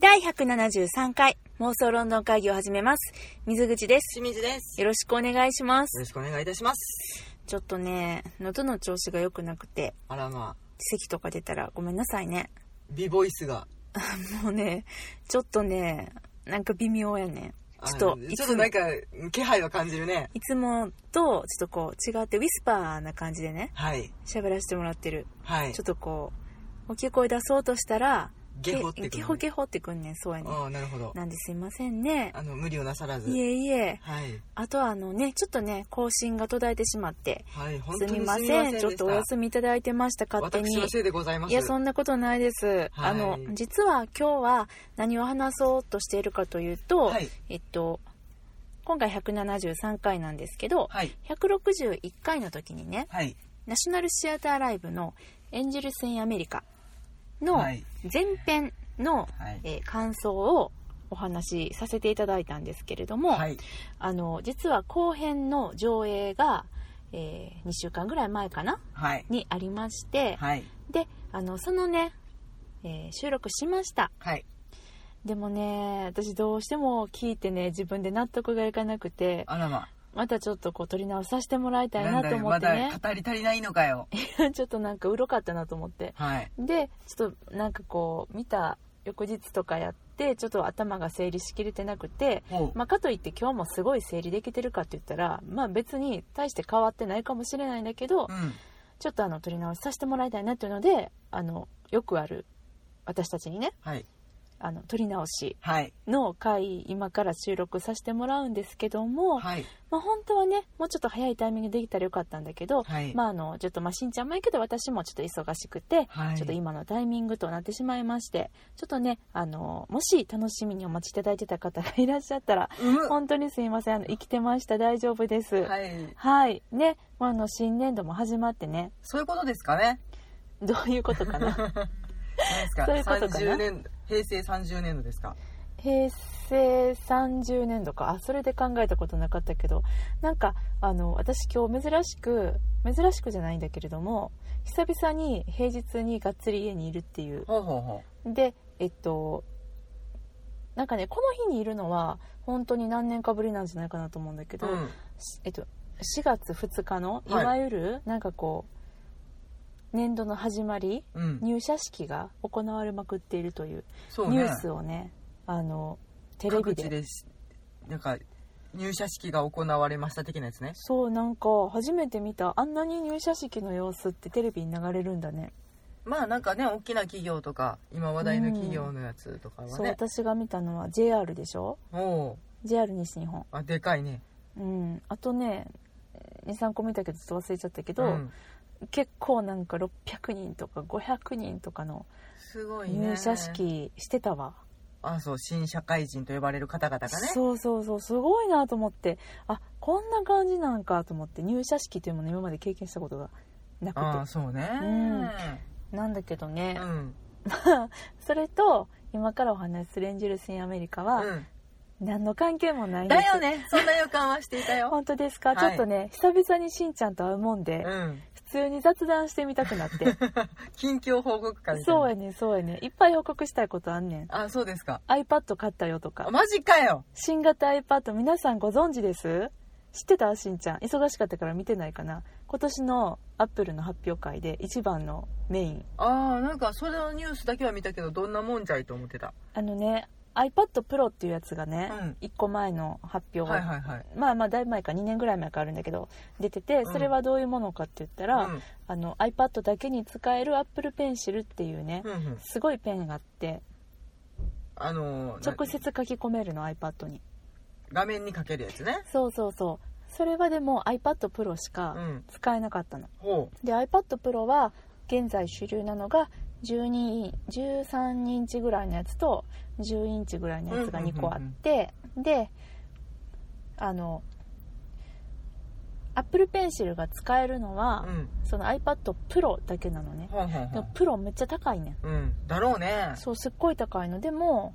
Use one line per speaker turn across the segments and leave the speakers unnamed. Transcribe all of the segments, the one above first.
第173回妄想ロンドン会議を始めます。水口です。
清水です。よ
よろしくお願いします。
ろしくお願いいたします。
ちょっとね、喉の調子が良くなくて、
あらまあ、
咳とか出たらごめんなさいね。
美ボイスが。
もうね、ちょっとね、なんか微妙やね。
あ
ちょっと、い
ちょっ
つ
と
も
なん、か、気配は感じるね。
いつもとちょっとこう違ってウィスパーな感じでね、
はい。
喋らせてもらってる。
はい
ちょ。っとこう、大きい声出そうとしたら、
ゲホってくるね
ゲホゲホってくんねん、そうやね。
ああ、なるほど。
なんですいませんね。
あの、無理をなさらず。
いえいえ。
はい。
あとはあのね、ちょっとね、更新が途絶えてしまって、
はい、本
す
当にす
み
み
ま
ま
せ
せ
ん
ん。
ちょっとお休みいただいてました、勝手に。
私のせいでございます。
いや、そんなことないです。あの、実は今日は何を話そうとしているかというと、
はい。
えっと、今回173回なんですけど、
はい。
161回の時にね、
はい。
ナショナルシアターライブのエンジェルス・イン・アメリカの
はい
前編の、
はい。
えー感想をお話しさせていただいたんですけれども、
はい。
あの実は後編の上映が、え2週間ぐらい前かな
はい。
にありまして、
はい。
であのそのね、えー収録しました
はい。
でもね私どうしても聞いてね自分で納得がいかなくて
あらま。
またちょっとこう取り直させてもらいたい
な
なんと
だよ、
思っ
ま
て
だ
ね、
語り足りないのかよ。
ちょっとなんかうろかったなと思って
はい。
でちょっとなんかこう見た翌日とかやってちょっと頭が整理しきれてなくて、
ほう。
まあ、かといって今日もすごい整理できてるかって言ったら、まあ、別に大して変わってないかもしれないんだけど、
うん。
ちょっとあの取り直しさせてもらいたいなっていうのであのよくある私たちにね
はい。
あの取り直し
はい。
の回今から収録させてもらうんですけども、
はい。
まあ、本当はねもうちょっと早いタイミングできたらよかったんだけど、
はい。
まああのちょっとまあしんちゃんもいいけど私もちょっと忙しくて、
はい。
ちょっと今のタイミングとなってしまいましてちょっとねあのもし楽しみにお待ちいただいてた方がいらっしゃったら
うむ
本当にすいませんあの生きてました大丈夫ですはい、
はい。
ねもうあの新年度も始まってね
そういうことですかね。
どういうことか な
何ですか
そういうことかな
30年平成30年度ですか
平成30年度かあそれで考えたことなかったけどなんかあの私今日珍しく珍しくじゃないんだけれども久々に平日にがっつり家にいるっていう
ほうほうほ
でえっとなんかねこの日にいるのは本当に何年かぶりなんじゃないかなと思うんだけ
う、
ど、
うん、
しえっと、4月2日のい
はい
わゆるなんかこう年度の始まり
うん、
入社式が行われまくっているという
そう
ニ
ね
ュースをねあのテレビ
各地
で
でしなんか入社式が行われました的なやつね
そうなんか初めて見たあんなに入社式の様子ってテレビに流れるんだね
まあなんかね大きな企業とか今話題の企業のやつとかは
そう
ね、
私が見たのは JR でしょ
おお
JR 西日本
うあでかいね
うんあとね23個見たけどちょっと忘れちゃったけど、
うん
結構なんか600人とか500人とかの
すごいね
入社式してたわ、
あそう新社会人と呼ばれる方々がね
そうそうそうすごいなと思ってあこんな感じなんかと思って入社式というものを今まで経験したことがな
あ
く
そうね
うんてなんだけど
う
ね、
ん
それと今からお話しするエンジェルス・イン・アメリカは
うん
何の関係もないんです
だよねそんな予感はしていた よ
本当ですか、
はい
ちょっとね久々にしんちゃんと会うもん
う
で、
ん
普通に雑談してみたくなって
近況報告会みたいな
そうやねそうやねいっぱい報告したいことあんねん
あそうですか
iPad 買ったよと
あ
か
マジかよ
新型 iPad 皆さんご存知です知ってたしんちゃん忙しかったから見てないかな今年のアップルの発表会で一番のメイン
ああなんかそれのニュースだけは見たけどどんなもんじゃいと思ってた
あのね iPad Pro っていうやつがね、
うん
1個前の発表、
はいはいはい
まあまあだいぶ前か2年ぐらい前からあるんだけど出てて
うん
それはどういうものかって言ったら、あの iPad だけに使える Apple Pencil っていうね、
うんうんうん
すごいペンがあって
あのー
直接書き込めるの iPad に
画面にかけるやつね
そうそうそうそれはでも iPad Pro し
う
か
ん
使えなかったの
ほ
で iPad Pro は現在主流なのが12イン13インチぐらいのやつと10インチぐらいのやつが
うんうん
2
うんうん
個あって、であの Apple Pencil が使えるの
う
は、
うん
その iPad Pro だけなのね
ほんほん
で
ほ
もプロめっちゃ高いね
んうんだろうね
そうすっごい高いのでも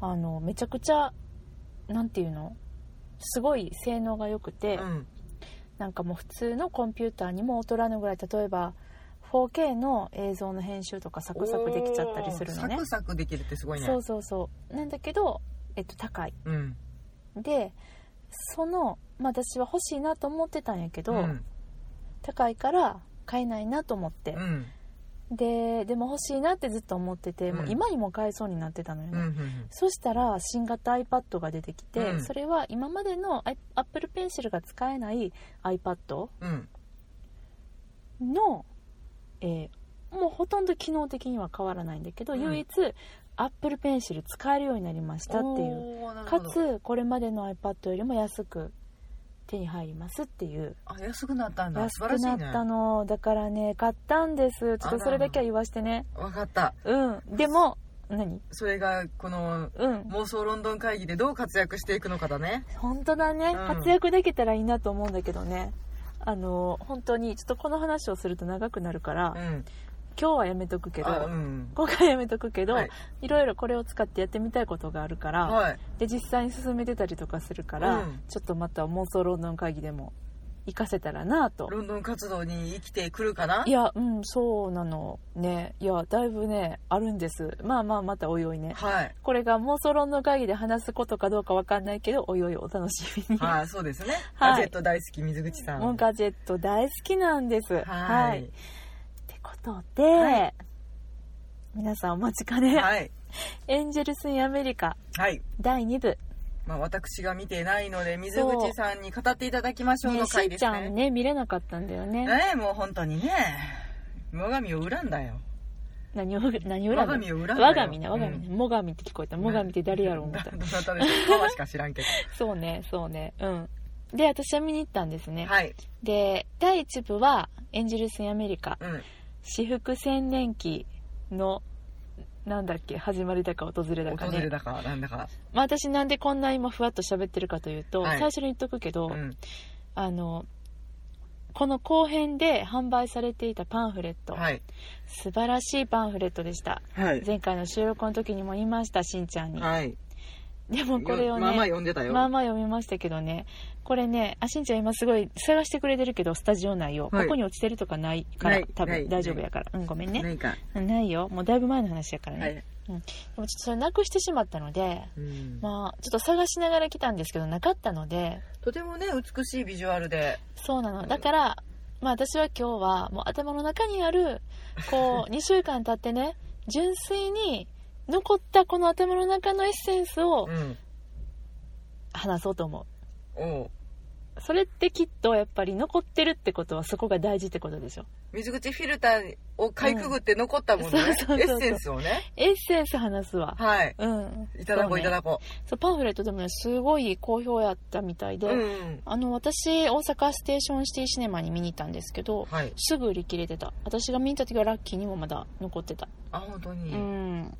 あのめちゃくちゃなんていうのすごい性能が良くて、
うん
なんかもう普通のコンピューターにも劣らぬぐらい例えば 4K の映像の編集とかサクサクできちゃったりするのね
おーサクサクできるってすごいね
そうそうそうなんだけど、えっと、高い
うん
でその、まあ、私は欲しいなと思ってたんやけど、
うん
高いから買えないなと思って
う、ん
ででも欲しいなってずっと思ってて、もううん今にも買えそうになってたのよ
う
ね、
んうん
そしたら新型 iPad が出てきて、
うん
それは今までの i- Apple Pencil が使えない iPad
うん
の、えーもうほとんど機能的には変わらないんだけど、
うん
唯一 Apple Pencil 使えるようになりましたっていう
おーなるほ
か
ど
つこれまでの iPad よりも安く手に入りますっていう
あ安くなったんだ
安
素晴
く
らしい
なっ
ね
たのだからね買ったんですちょっとそれだけは言わしてね
分かった
うんでも何
それがこの
うん
妄想ロンドン会議でどう活躍していくのかだね
本当だね、
うん
活躍できたらいいなと思うんだけどねあの本当にちょっとこの話をすると長くなるから、
うん
今日はやめとくけど、
あうん
今回はやめとくけど、
はいい、
ろいろこれを使ってやってみたいことがあるから、
はい
で実際に進めてたりとかするから、
うん
ちょっとまた妄想ロンドン会議でも活かせたらなと
ロンドン活動に生きてくるかない
やうんそうなのねいやだいぶねあるんですまあまあまたおいおいね
はい
これが妄想論の会議で話すことかどうかわかんないけどおいおいお楽しみに、
はいそうですね
はい
ガジェット大好き水口さん
もうガジェット大好きなんです
は
っ
い
てことで、
は
皆さんお待ちかね、
はい
エンジェルス・イン・アメリカ
はい
第2部
まあ私が見てないので水口さんに語っていただきましょうの回
しん
で
ち
す
ゃん
ね
ね見れなかったんだよね
ねえもう本当にね我が身を恨んだよ
何を何を恨
我が
む
身を恨んだよ
我が身ね我が身
う
ね
ん
もがみって聞こえたもがみって誰やろう思った
どなたでしょうママしか知らんけ
そうねそうねうんで私は見に行ったんですね、
どはい、
で第1部は「エンジェルス・イン・アメリカ
うん、
私服千年期」のなんだっけ始まりだか訪れだか
訪
ね
れだかなんだか、
まあ、私なんでこんな今ふわっと喋ってるかというと、
はい
最初に言っとくけど、
うん、
あのこの後編で販売されていたパンフレット、
はい
素晴らしいパンフレットでした
はい
前回の収録の時にも言いましたしんちゃんに、
はい
でもこれをね
まあまあ読んでたよ、
まあまあ読みましたけどねこれねあしんちゃん今すごい探してくれてるけどスタジオ内を、
はい
ここに落ちてるとかないから
ない
多
ない
分大丈夫やからうんごめんね
何か、
ないよもうだいぶ前の話やからね、
は
でもち
い、
ょっとそれなくしてしまったので
うん
まあちょっと探しながら来たんですけどなかったので
とてもね美しいビジュアルで
そうなのだから、まあ、私は今日はもう頭の中にあるこう2 週間経ってね純粋に残ったこの頭の中のエッセンスを
うん
話そうと思う
おう
それってきっとやっぱり残ってるってことはそこが大事ってことでしょ
水口フィルターをかいくぐって残ったものね、
うんそうそうそうそう
エッセンスをね
エッセンス話すわ
はい
うん
いただこういた
こ
だこ
う、ね、そうパンフレットでもねすごい好評やったみたいで、
ううん
あの私大阪ステーションシティシネマに見に行ったんですけど
はい
すぐ売り切れてた私が見に行った時はラッキーにもまだ残ってた
あ本当に、
うん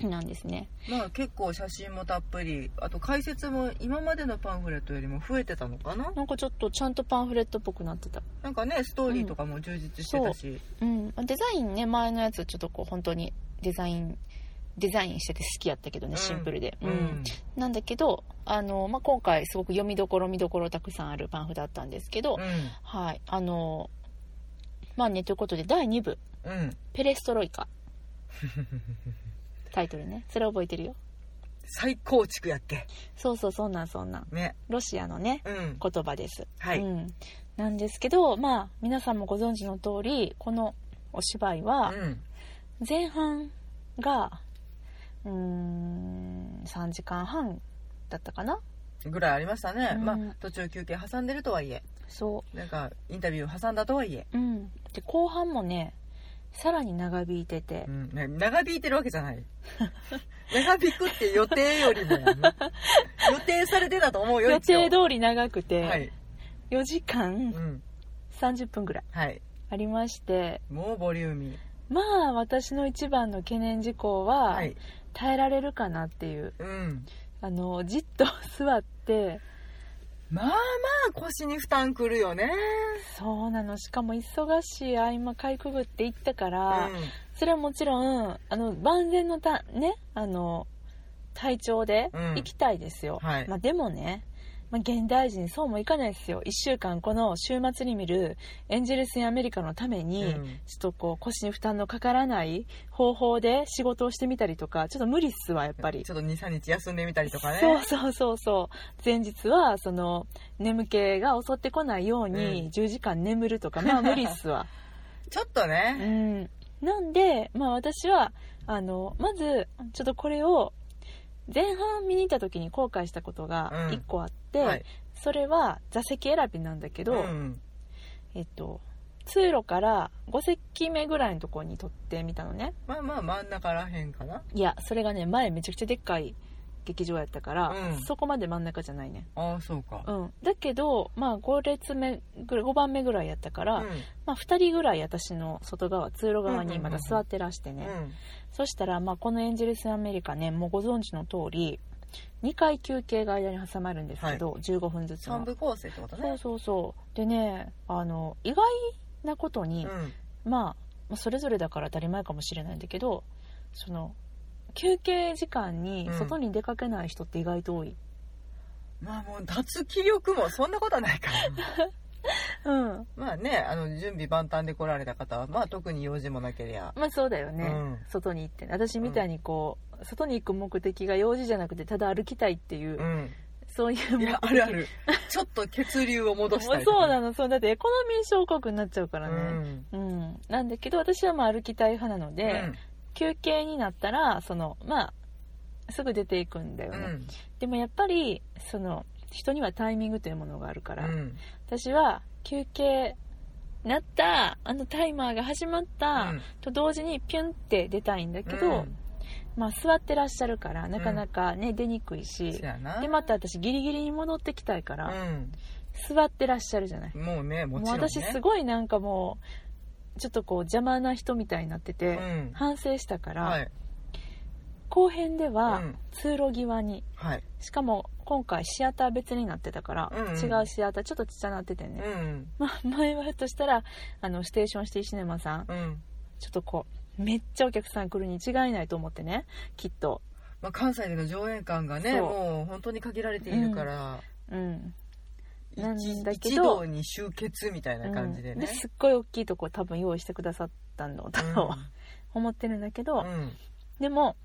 なんですね
まあ結構写真もたっぷりあと解説も今までのパンフレットよりも増えてたのかな
なんかちょっとちゃんとパンフレットっぽくなってた
なんかねストーリーとかも充実してたし、
うんデザインね前のやつちょっとこう本当にデザインデザインしてて好きやったけどね
うん
シンプルで
うん
なんだけどあの、まあ、今回すごく読みどころ見どころたくさんあるパンフだったんですけど、
う
はいあのまあねということで第2部
んうん
「ペレストロイ カ」タイトルねそれ覚えてるよ
再構築やっけ
そうそうそんなんそんなん
ね
ロシアのね
うん
言葉です、
はい、
う
うん
ん、なんですけどまあ皆さんもご存知の通りこのお芝居は前半がうーん3時間半だったかな
ぐらいありましたね、
うん
まあ途中休憩挟んでるとはいえ
そう
なんかインタビュー挟んだとはいえ、
うん、で後半もねさらに長引いてて、
うんね長引いてるわけじゃない 長引くって予定よりもや な予定されてたと思うよ
予定
ど
通り長くて、
はい、
4時間
うん
30分ぐらい
はい、
ありまして
もうボリューミ
まあ私の一番の懸念事項
ー
は、
はい
耐えられるかなっていう
うん
あのじっと座って
まあまあ腰に負担くるよね
そうなのしかも忙しい合間かいくぐって行ったから、それはもちろんあの万全のたねあの体調で
うん
行きたいですよ、
はい
まあ、でもねまあ、現代人そうもいかないですよ1週間この週末に見るエンジェルス・イン・アメリカのために、
うん
ちょっとこう腰に負担のかからない方法で仕事をしてみたりとかちょっと無理っすわやっぱり
ちょっと23日休んでみたりとかね
そうそうそうそう前日はその眠気が襲ってこないように10時間眠るとか、まあ無理っす わ
ちょっと
う
ね、
んなんでまあ私はあのまずちょっとこれを前半見に行った時に後悔したことが
うん
1個あって、
はい
それは座席選びなんだけど、
ん
えっと通路から5席目ぐらいのところに撮ってみたのね、
まあまあ真ん中らへんかない
やそれがね前めちゃくちゃでっかい劇場やったから、
うん
そこまで真ん中じゃないね
ああそうか
うんだけどまあ5列目ぐらい5番目ぐらいやったから、
うん
まあ2人ぐらい私の外側通路側にまだ座ってらしてね、
うん
そしたら、まあ、このエンジェルス・アメリカねもうご存知の通り2回休憩が間に挟まるんですけど、15分ずつ
三
の
部構成ってこと
そう
ね
そうそうでねあの意外なことに、
うん
まあまあそれぞれだから当たり前かもしれないんだけどその休憩時間に
うん
外に出かけない人って意外と多い、
まあもう立つ気力もそんなことはないから
うん
まあねあの準備万端で来られた方はまあ特に用事もなけりゃ
まあそうだよね、
うん
外に行って私みたいにこう、外に行く目的が用事じゃなくてただ歩きたいっていう、
うん
そういう
い
目
や
的
あるあるちょっと血流を戻したいとか
そうなのそうだってエコノミー症候群になっちゃうから
う
ね、
ん
うんなんだけど私はまあ歩きたい派なので、休憩になったらそのまあすぐ出ていくんだよ
う
ね、
ん
でもやっぱりその人にはタイミングというものがあるか
う
ら、
ん
私は休憩なったあのタイマーが始まった、
うん
と同時にピュンって出たいんだけど、
うん
まあ座ってらっしゃるからなかなかね、出にくいし
そやな
でまた私ギリギリに戻ってきたいから、座ってらっしゃるじゃない
うんもうねもち
も
ろ
うん
ね
私すごいなんかもうちょっとこう邪魔な人みたいになってて、
うん
反省したから、
はい
後編では、
うん
通路際に
はい
しかも今回シアター別になってたから、
うんうん
違うシアターちょっとちっちゃなってて
う
ね、
ん
まあ、前はひょっとしたらあのステーションシティシネマさん
うん
ちょっとこうめっちゃお客さん来るに違いないと思ってねきっと
まあ関西での上演感がね
そう
もう本当に限られているから
うんなん
一
だけど
一堂に集結みたいな感じで
うん
ね
すっごい大きいとこ多分用意してくださったのだとは、 思ってるんだけど、
うんうん
でも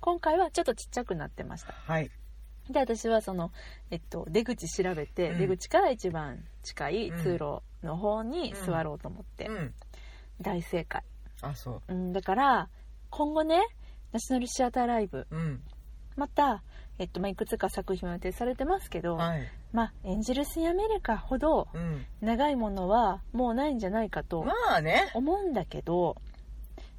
今回はちょっとちっちゃくなってました
はい
で私はその、えっと、出口調べて、
うん
出口から一番近い
うん
通路の方に座ろうと思って、
うん
大正解、
あそ
うん、だから今後ねナショナルシアターライブ
ううん
また、えっとまあ、いくつか作品は予定されてますけど、
はい
まあ、エンジェルス・イン・アメリカほど
うん
長いものはもうないんじゃないかと
まあね
思うんだけど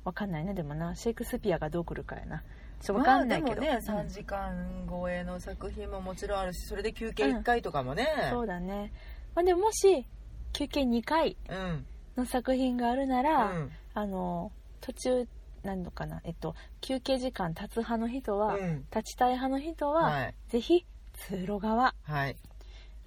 わかんないねでもなシェイクスピアがどう来るかやなちょっとわかんないけど、
まあ、で
う
もね
ん
3時間超えの作品ももちろんあるしそれで休憩1回とかもね、うん、
そうだね、まあ、でももし休憩2回
うん
の作品があるなら、
うん
あの途中なんのかなえっと休憩時間立つ派の人は、立ちたい派の人は、
はい
ぜひ通路側
はい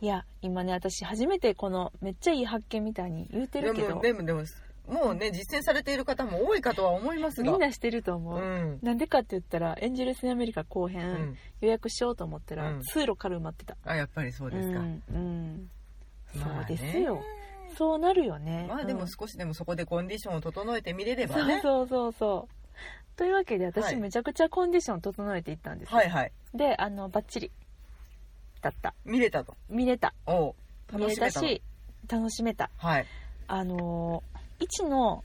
いや今ね私初めてこのめっちゃいい発見みたいに言うて
で
るけ
も
ど
でもでももうね実践されている方も多いかとは思いますが
みんなしてると思
う
う、
ん
なんでかって言ったらエンジェルス・イン・アメリカ後編、
うん
予約しようと思ったら、
うん
通路から埋まってた
あやっぱりそうですか、
うんうん
まあね
そうですよそうなるよね
まあで
う
も
ん
少しでもそこでコンディションを整えてみれれば
そう
ね
そうそうそうというわけで私、
はい
めちゃくちゃコンディション整えていったんですよ、
はいはい
であのバッチリだった
見れたと
見れた
おう楽
見れ
しめ
た
たの
し楽しめた
はい、
あの1の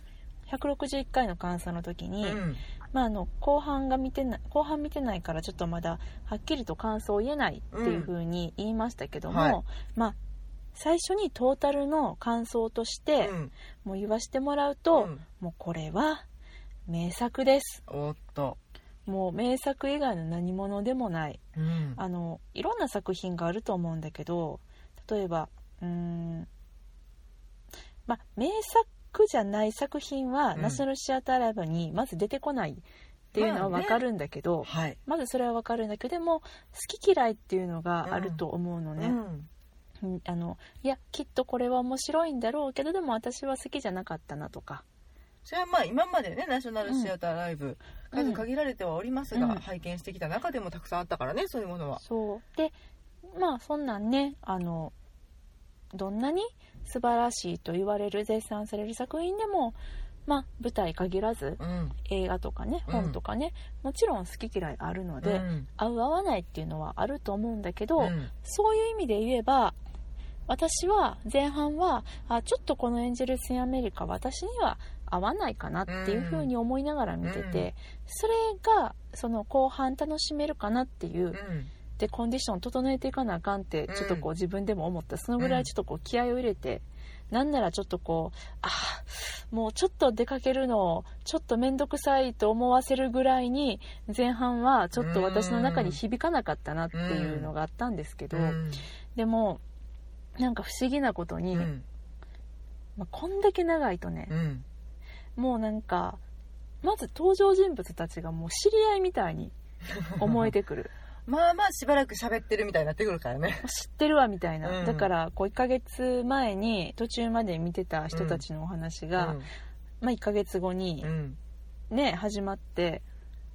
161回の感想の時
う
に、
ん、
まあ、あの後半が見てない後半見てないからちょっとまだはっきりと感想を言えないっていうふうに言いましたけども、
はい
まあ最初にトータルの感想として、
うん
もう言わしてもらうと、
うん
もうこれは名作です
おっと、
もう名作以外の何物でもない
うん、
あのいろんな作品があると思うんだけど例えばうーんまあ名作じゃない作品は、
うん
ナショナルシアターライブにまず出てこないっていうのは
ま
分
あね
かるんだけど、ま
はい、
ずそれは分かるんだけどでも好き嫌いっていうのがあると思うのね、
うん
うんあのいやきっとこれは面白いんだろうけどでも私は好きじゃなかったなとか
それはまあ今までねナショナルシアターライブ、
うん
数限られてはおりますが、
うん
拝見してきた中でもたくさんあったからねそういうものは
そうでまあそんなんねあのどんなに素晴らしいと言われる絶賛される作品でも、まあ、舞台限らず
うん
映画とかね
うん
本とかね、もちろん好き嫌いあるので、
うん
合う合わないっていうのはあると思うんだけど、
うん
そういう意味で言えば私は前半はあちょっとこのエンジェルス・イン・アメリカ私には合わないかなっていうふうに思いながら見てて、
うん
それがその後半楽しめるかなっていう、
うん
でコンディション整えていかなあかんって
うん
ちょっとこう自分でも思ったそのぐらいちょっとこう気合を入れてなんならちょっとこうあーもうちょっと出かけるのをちょっと面倒くさいと思わせるぐらいに前半はちょっと私の中に響かなかったなっていうのがあったんですけど
うん
でもなんか不思議なことに、まあ、こんだけ長いとね
うん
もうなんかまず登場人物たちがもう知り合いみたいに思えてくる。
まあまあしばらく喋ってるみたいになってくるからね
知ってるわみたいな、
うん
だからこう1ヶ月前に途中まで見てた人たちのお話が、まあ、1ヶ月後に
うんうん
ね、始まって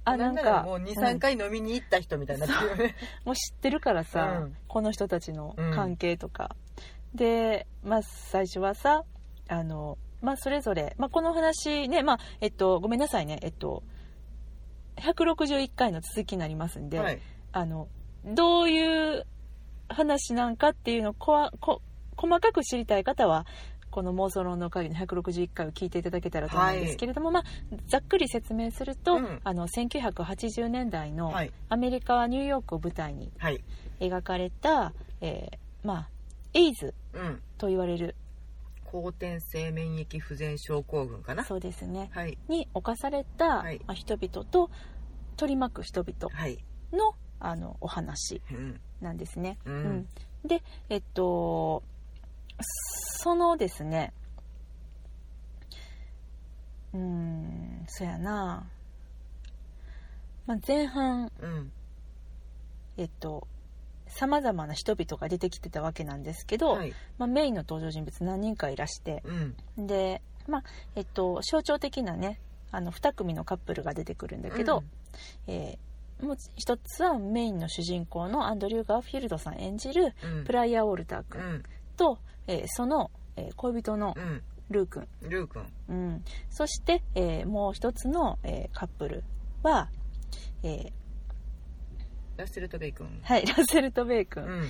あ
あ
な
なんん
か
かもう
うん
23回飲みに行った人みたいになってるよね
もう知ってるからさ、
うん
この人たちの関係とか、で、まあ、最初はさあの、まあ、それぞれ、まあ、この話ね、まあえっと、ごめんなさいね、えっと、161回の続きになりますんで、
はい
あのどういう話なんかっていうのをこわこ細かく知りたい方はこの妄想論の会議の161回を聞いていただけたらと思うんですけれども、まあ、ざっくり説明すると、
うん
あの1980年代の
はい
アメリカはニューヨークを舞台に
はい
描かれた、えーまあ、エイズ
うん
と言われる
後天性免疫不全症候群かな
そうですね
はい
に侵された、
はい
まあ、人々と取り巻く人々
はい
のあのお話
うん
なんですね。
う
うん
ん
でえっとそのですねうーんそやな、まあ、前半
うん
えっとさまざまな人々が出てきてたわけなんですけど、
はい
まあ、メインの登場人物何人かいらして
うん
で、まあえっと、象徴的なねあの2組のカップルが出てくるんだけど、えーもう一つはメインの主人公のアンドリュー・ガーフィールドさん演じる
うん
プライヤー・ウォルター
う
君
ん
と、えーその、えー恋人の
うん
ルー君、
ルー君
うん、そして、えーもう一つの、えーカップルは、えー
ラッセルトベイ君
はい、 ラセルト・ベイ君
うん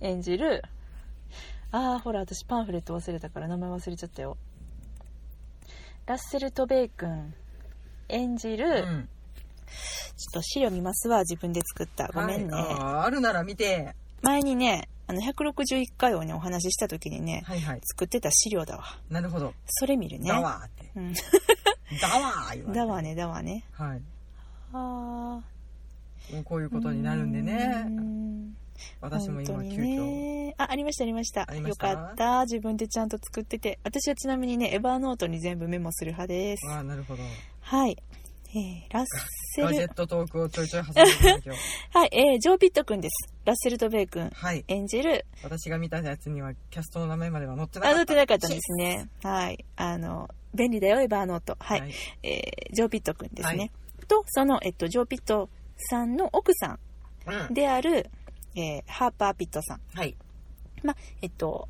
演じる、ああほら私パンフレット忘れたから名前忘れちゃったよラッセル・トベイ君演じる、
う
ちょっ
ん
と資料見ますわ自分で作ったごめんね、
はいあーあるなら見て
前にねあの161回をねお話しした時にね
はいはい
作ってた資料だわ
なるほど
それ見るね
だわーって
うん、
だわー言われて
だわねだわね
はい
あ
もうこういうことになるんでね私
私
も
も
今
今
急
急
遽
遽あありましたありました
ありま
よ
した
かった自分でちゃんと作ってて私はちなみにねエヴァーノートに全部メモする派です
ああなるほど
はい、えーラッセ
ガジェ
ル
ットトークをちょいちょい挟んでるんだけど
はい、えージョー・ピット君ですラッセル・トベイ君
はい
演じる
私が見たやつにはキャストの名前までは載ってな
あ
か
載
っ
ってなかったんですねはいあの便利だよエヴァーノート
た
はい、えージョー・ピット君ですね、
はい
とその、えっと、ジョー・ピットさんの奥さ
うん
んである、えーハーパー・ピットさん
はい
まあえっと、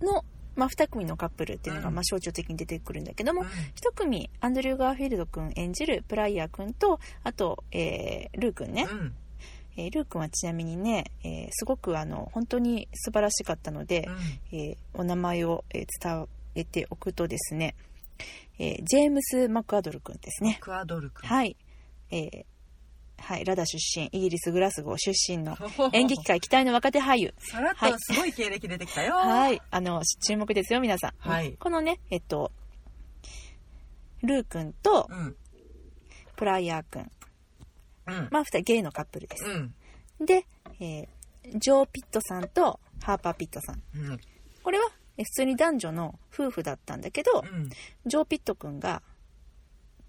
の、まあ、2組のカップルっていうのが、
うん
まあ、象徴的に出てくるんだけども、一1組アンドリュー・ガーフィールド君演じるプライヤー君とあと、えールー君ね、
うん
えールー君はちなみにね、えーすごくあの本当に素晴らしかったので、えーお名前を、えー伝えておくとですね、えージェームス・マクアドル君ですね
クアドル君
はい、えーはい、ラダ出身イギリス・グラスゴー出身の
い
演劇界期待の若手俳優
さらっとすごい経歴出てきたよ
はい、あの注目ですよ皆さん。
はい
このね、えっとルー君と
うん
プライヤー君、
うん
まあ二人ゲイのカップルです。
うん
で、えージョー・ピットさんとハーパー・ピットさん。
うん
これはえ普通に男女の夫婦だったんだけど、
うん
ジョー・ピット君が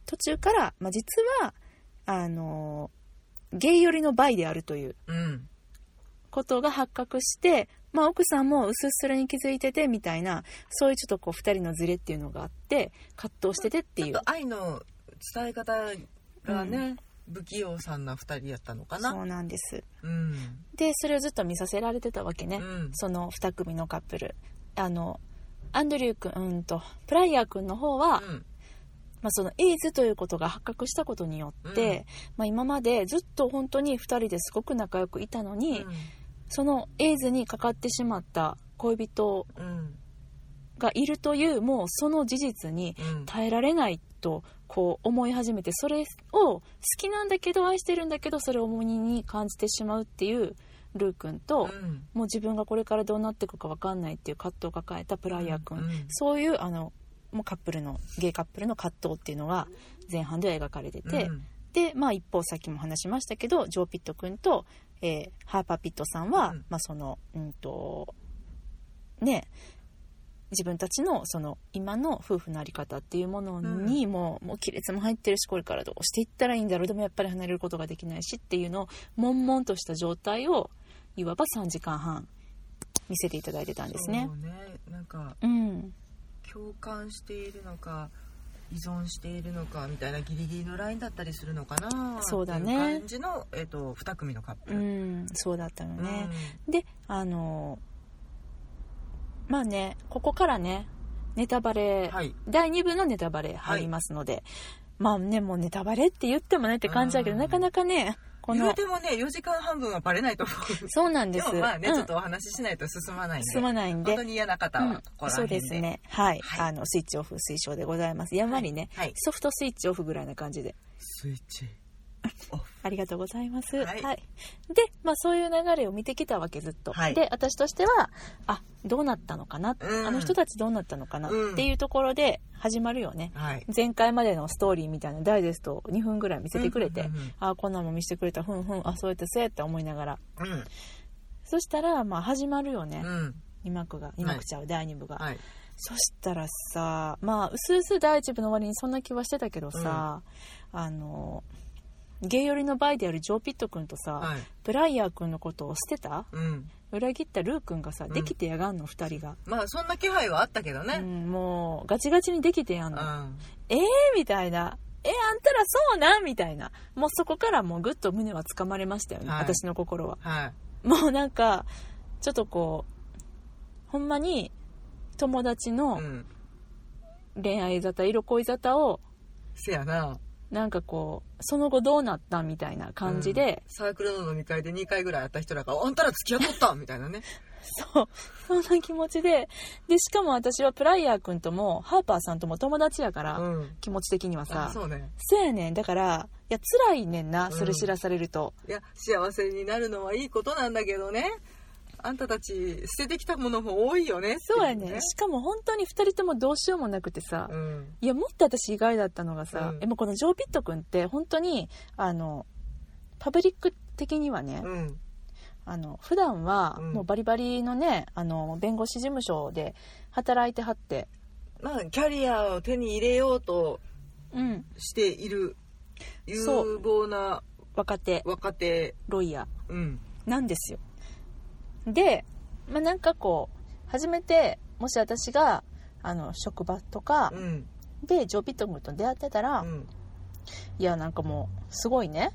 途中から、まあ、実はあのーゲイ寄りのバイであるという
うん
ことが発覚して、まあ、奥さんもうすうすれに気づいててみたいなそういうちょっとこう2人のズレっていうのがあって葛藤しててってい
ち
う
ょっと愛の伝え方がね不器用さんな2人やったのか
そ
な
うなんです
うん
でそれをずっと見させられてたわけ
う
ね、
ん
その2組のカップルあのアンドリュー君うんとプライヤー君の方は、
うん
まあ、そのエイズということが発覚したことによって、まあ、今までずっと本当に2人ですごく仲良くいたのに、そのエイズにかかってしまった恋人
うんうん
がいるというもうその事実に
うん
耐えられないとこう思い始めてそれを好きなんだけど愛してるんだけどそれを重荷に感じてしまうっていうルー君と、
うん
もう自分がこれからどうなっていくか分かんないっていう葛藤を抱えたプライヤー君、
うん
そういうあのもうカップルのゲイカップルの葛藤っていうのが前半では描かれてて、
うん
で、まあ、一方さっきも話しましたけどジョー・ピット君と、えーハーパー・ピットさんは、
うん
まあ、そのうんとね自分たちのその今の夫婦の在り方っていうものにも,、うもう亀裂も入ってるしこれからどうしていったらいいんだろうでもやっぱり離れることができないしっていうのを悶々とした状態をいわば3時間半見せていただいてたんですね
そ。うねなんか
うん、
共感しているのか依存しているのかみたいなギリギリのラインだったりするのかな
そうだね
っていう感じの、えっと2組のカップ
う
ル、
ん、そうだったのね、であのまあねここからねネタバ
う
レ、
んはい
第2部のネタバレ入りますので、まあねもうネタバレって言ってもねって感じだけど
うん
なかなかねこ
言
の
うてもね4時間半分はバレないと思う
そうなんで
ですもまあね、
うん
ちょっとお話ししないと進まないんで
進まないんで
本当に嫌な方はここ
うん、
ら
そう
辺で、
ですねはい、
はい
あのスイッチオフ推奨でございますやんわりね、
はい
ソフトスイッチオフぐらいな感じで
スイッチ
ありがとうございます。は。
はいい
で、まあそういう流れを見てきたわけずっと。
はい
で、私としては、あ、どうなったのかな、
うん
あの人たちどうなったのかな、
うん
っていうところで始まるよね。
はい
前回までのストーリーみたいなダイジェストを2分ぐらい見せてくれて、
うんうん
あこんなんも見せてくれた、ふんふん、あ、そうやってそうやって思いながら。
うん
そしたら、まあ始まるよね
う。ん
二幕が、二幕ちゃう、第2部が。
はい
そしたらさまあうすうす第一部の終わりにそんな気はしてたけどさ、あのゲイ寄りのバイであるジョー・ピット君とさ、
はい
ブライヤー君のことを捨てた
うん
裏切ったルー君がさ
ん
できてやがんの2人が、
まあそんな気配はあったけど
う
ね
んもうガチガチにできてやん
うん、
の、えーみたいなえあんたらそうなんみたいなもうそこからもうぐっと胸はつかまれましたよね、
はい
私の心は
はい
もうなんかちょっとこうほんまに友達の
うん
恋愛沙汰色恋沙汰を
せやな
なんかこうその後どうなったみたいな感じで
うん、サークルの飲み会で2回ぐらい会った人らが「あんたら付き合っ とった!」みたいなね
そうそんな気持ちででしかも私はプライヤー君ともハーパーさんとも友達やから、
うん
気持ち的には
あ
さ
そうね
そうやねんだからいや辛いねんな
うん
それ知らされると、
いや幸せになるのはいいことなんだけどねあんたたち捨ててきたものも多いよね
そうや
ってい
ねんしかも本当に2人ともどうしようもなくてさ、
うん
いやもっと私意外だったのがさ、
うん
えもうこのジョー・ピット君って本当にあのパブリック的にはね、
うん
あの普段は
うん
もうバリバリのねあの弁護士事務所で働いてはって、
まあキャリアを手に入れようと
うん、
している有
そう
望な
若手
若手
ロイヤ
うん
ーなんですよで、まあ、なんかこう初めてもし私があの職場とか、
うん
でジョー・ピット君と出会ってたら、
うん
いやなんかもうすごいね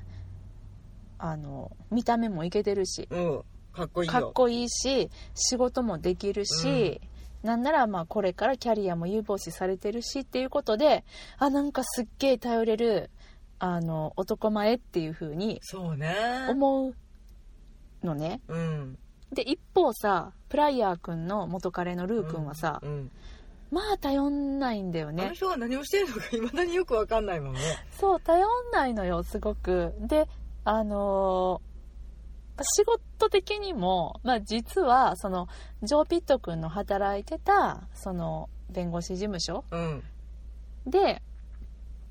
あの見た目もイケてるし
うんかっこいいよ
かっこいいし仕事もできるし、なんならまあこれからキャリアも有望視されてるしっていうことであなんかすっげえ頼れるあの男前っていう風に
そうね
思うのね。
うん
で一方さプライヤー君の元彼のルー君はさ、
うん
まあ頼んないんだよ
あの
ね
人は何をしてるのかいまだによくわかんないもんね
そう頼んないのよすごくであのー仕事的にも、まあ、実はそのジョー・ピット君の働いてたその弁護士事務所
うん
で、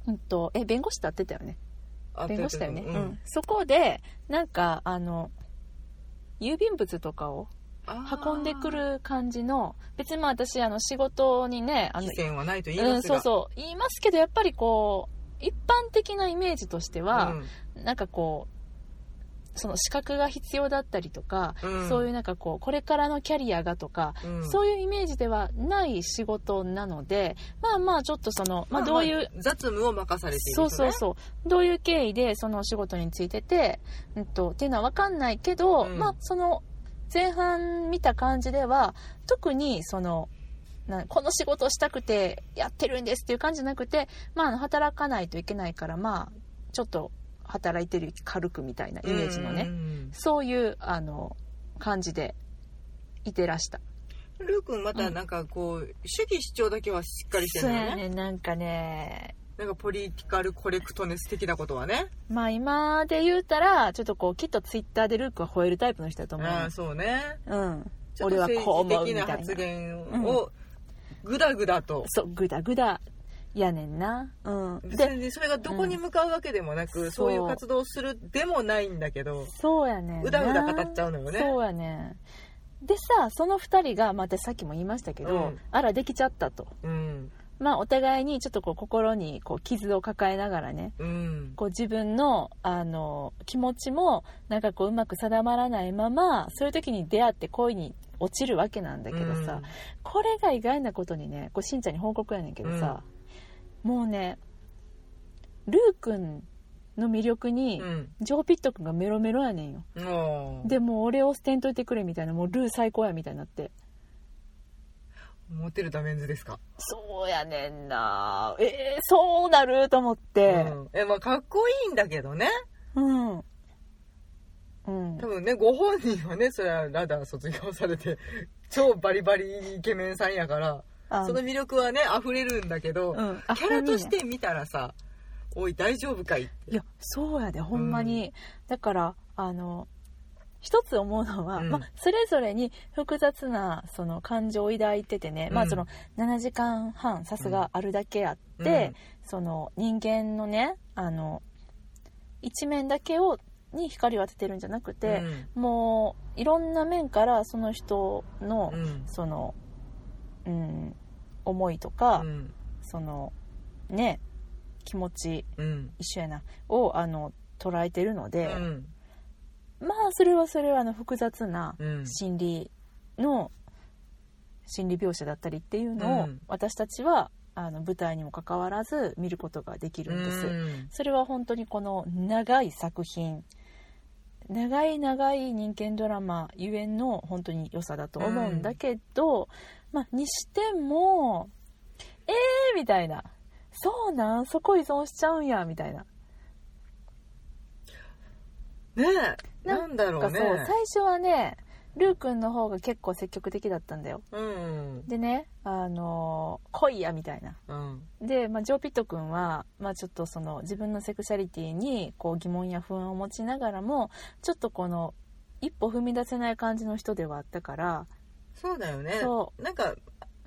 うん、とえ弁護士だってたよね
あ
弁護士だよね、
といううんこと
そこでなんかあの郵便物とかを
うんあー
運んでくる感じの別にまあ私あの仕事にねあの
視線はないと言い
うん、
ます
そう
が
そう言いますけどやっぱりこう一般的なイメージとしては、
うん
なんかこうその資格が必要だったりとか、
うん
そういうなんかこうこれからのキャリアがとか、
うん
そういうイメージではない仕事なのでまあまあちょっとその、まあ、どういう、
雑務を任されている人
そ
ね
うそうそうどういう経緯でそのお仕事についてて、うん、とっていうのは分かんないけど、
うん
まあその前半見た感じでは特にそのなこの仕事をしたくてやってるんですっていう感じじゃなくて、まああの、働かないといけないからまあちょっと働いてるより軽くみたいなイメージのね、
うん
そういうあの感じでいてらした。
ルー君またなんかこう、主義主張だけはしっかりして
そ
るの
う
よ
や
ね
ねなんかね
なんかポリティカルコレクトネス的なことはね
まあ今で言うたらちょっとこうきっとツイッターでルークは吠えるタイプの人だと思う、
ああそうね
うん、
ちょっと
俺はこう思う
政治
みたいな
的な発言をグダグダと、
そうグダグダやねんな、うん、
別
で
にそれがどこに向かうわけでもなく、
うん
そうい
そうう
活動をするでもないんだけど
そうやねんな
うだうだ語っちゃうのよね
そうやねんでさその2人がまたさっきも言いましたけど、
うん
あらできちゃったと
うん
まあお互いにちょっとこう心にこう傷を抱えながらね
うん
こう自分のあの気持ちもなんかこううまく定まらないままそういう時に出会って恋に落ちるわけなんだけどさ、これが意外なことにねこれしんちゃんに報告やねんけどさ、もうねルーくんの魅力
う
に、
ん
ジョー・ピットくんがメロメロやねんよ
うんもう
でもう俺を捨てんといてくれみたいなもうルー最高やみたいになって
モテるダメンズですか、
そうやねんなえー、そうなると思って
うんえまあかっこいいんだけどね
うん、うん
多分ねご本人はねそれはラダー卒業されて超バリバリイケメンさんやから
あ
その魅力はね溢れるんだけど、
うん
キャラとして見たらさ「おい大丈夫かい?」って
いやそうやでほんまに、だからあの一つ思うのは、
うん
まあ、それぞれに複雑なその感情を抱いててね、ま
う
あ
ん
その7時間半さすがあるだけあって、その人間のねあの一面だけをに光を当ててるんじゃなく
うん
て、もういろんな面からその人の、
うん
そのうん思いとか、
うん
そのね気持ち
うん
一緒やなをあの捉えてるの
う
で、
ん
まあそれはそれはあの複雑な
うん
心理の心理描写だったりっていうの
う
を
ん
私たちはあの舞台にもかかわらず見ることができるんです、それは本当にこの長い作品長い長い人間ドラマゆえんの本当に良さだと思うんだけど、まあにしてもえーみたいなそうなんそこ依存しちゃうんやみたいな
ねえ
な
なんだろ
な
うん
か
ね
そう最初はねルーくんの方が結構積極的だったんだよ
うん
でねあのー来いやみたいな
うん
で、まあ、ジョー・ピット君は、まあ、ちょっとその自分のセクシャリティにこう疑問や不安を持ちながらもちょっとこの一歩踏み出せない感じの人ではあったから
そうだよね
そ
なんか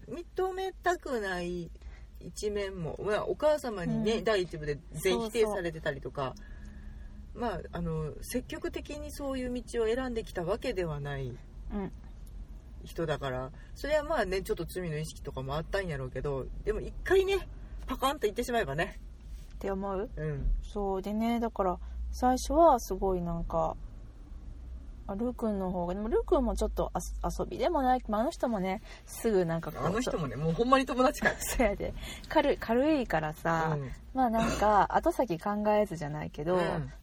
認めたくない一面も、まあ、お母様にね、
うん
第一部で全
そうそう
否定されてたりとかまああの積極的にそういう道を選んできたわけではない
うん
人だからそれはまあねちょっと罪の意識とかもあったんやろうけどでも一回ねパカンと言ってしまえばね
って思う
うん
そうでねだから最初はすごいなんかあルー君の方がでもルー君もちょっと遊遊びでもない、まあ、あの人もねすぐなんかこう
あの人
も
もねもうほんまに友達か
そうやで軽い軽いから
ら、
さ、
うん
まあなんか 後先考えずじゃないけど、
うん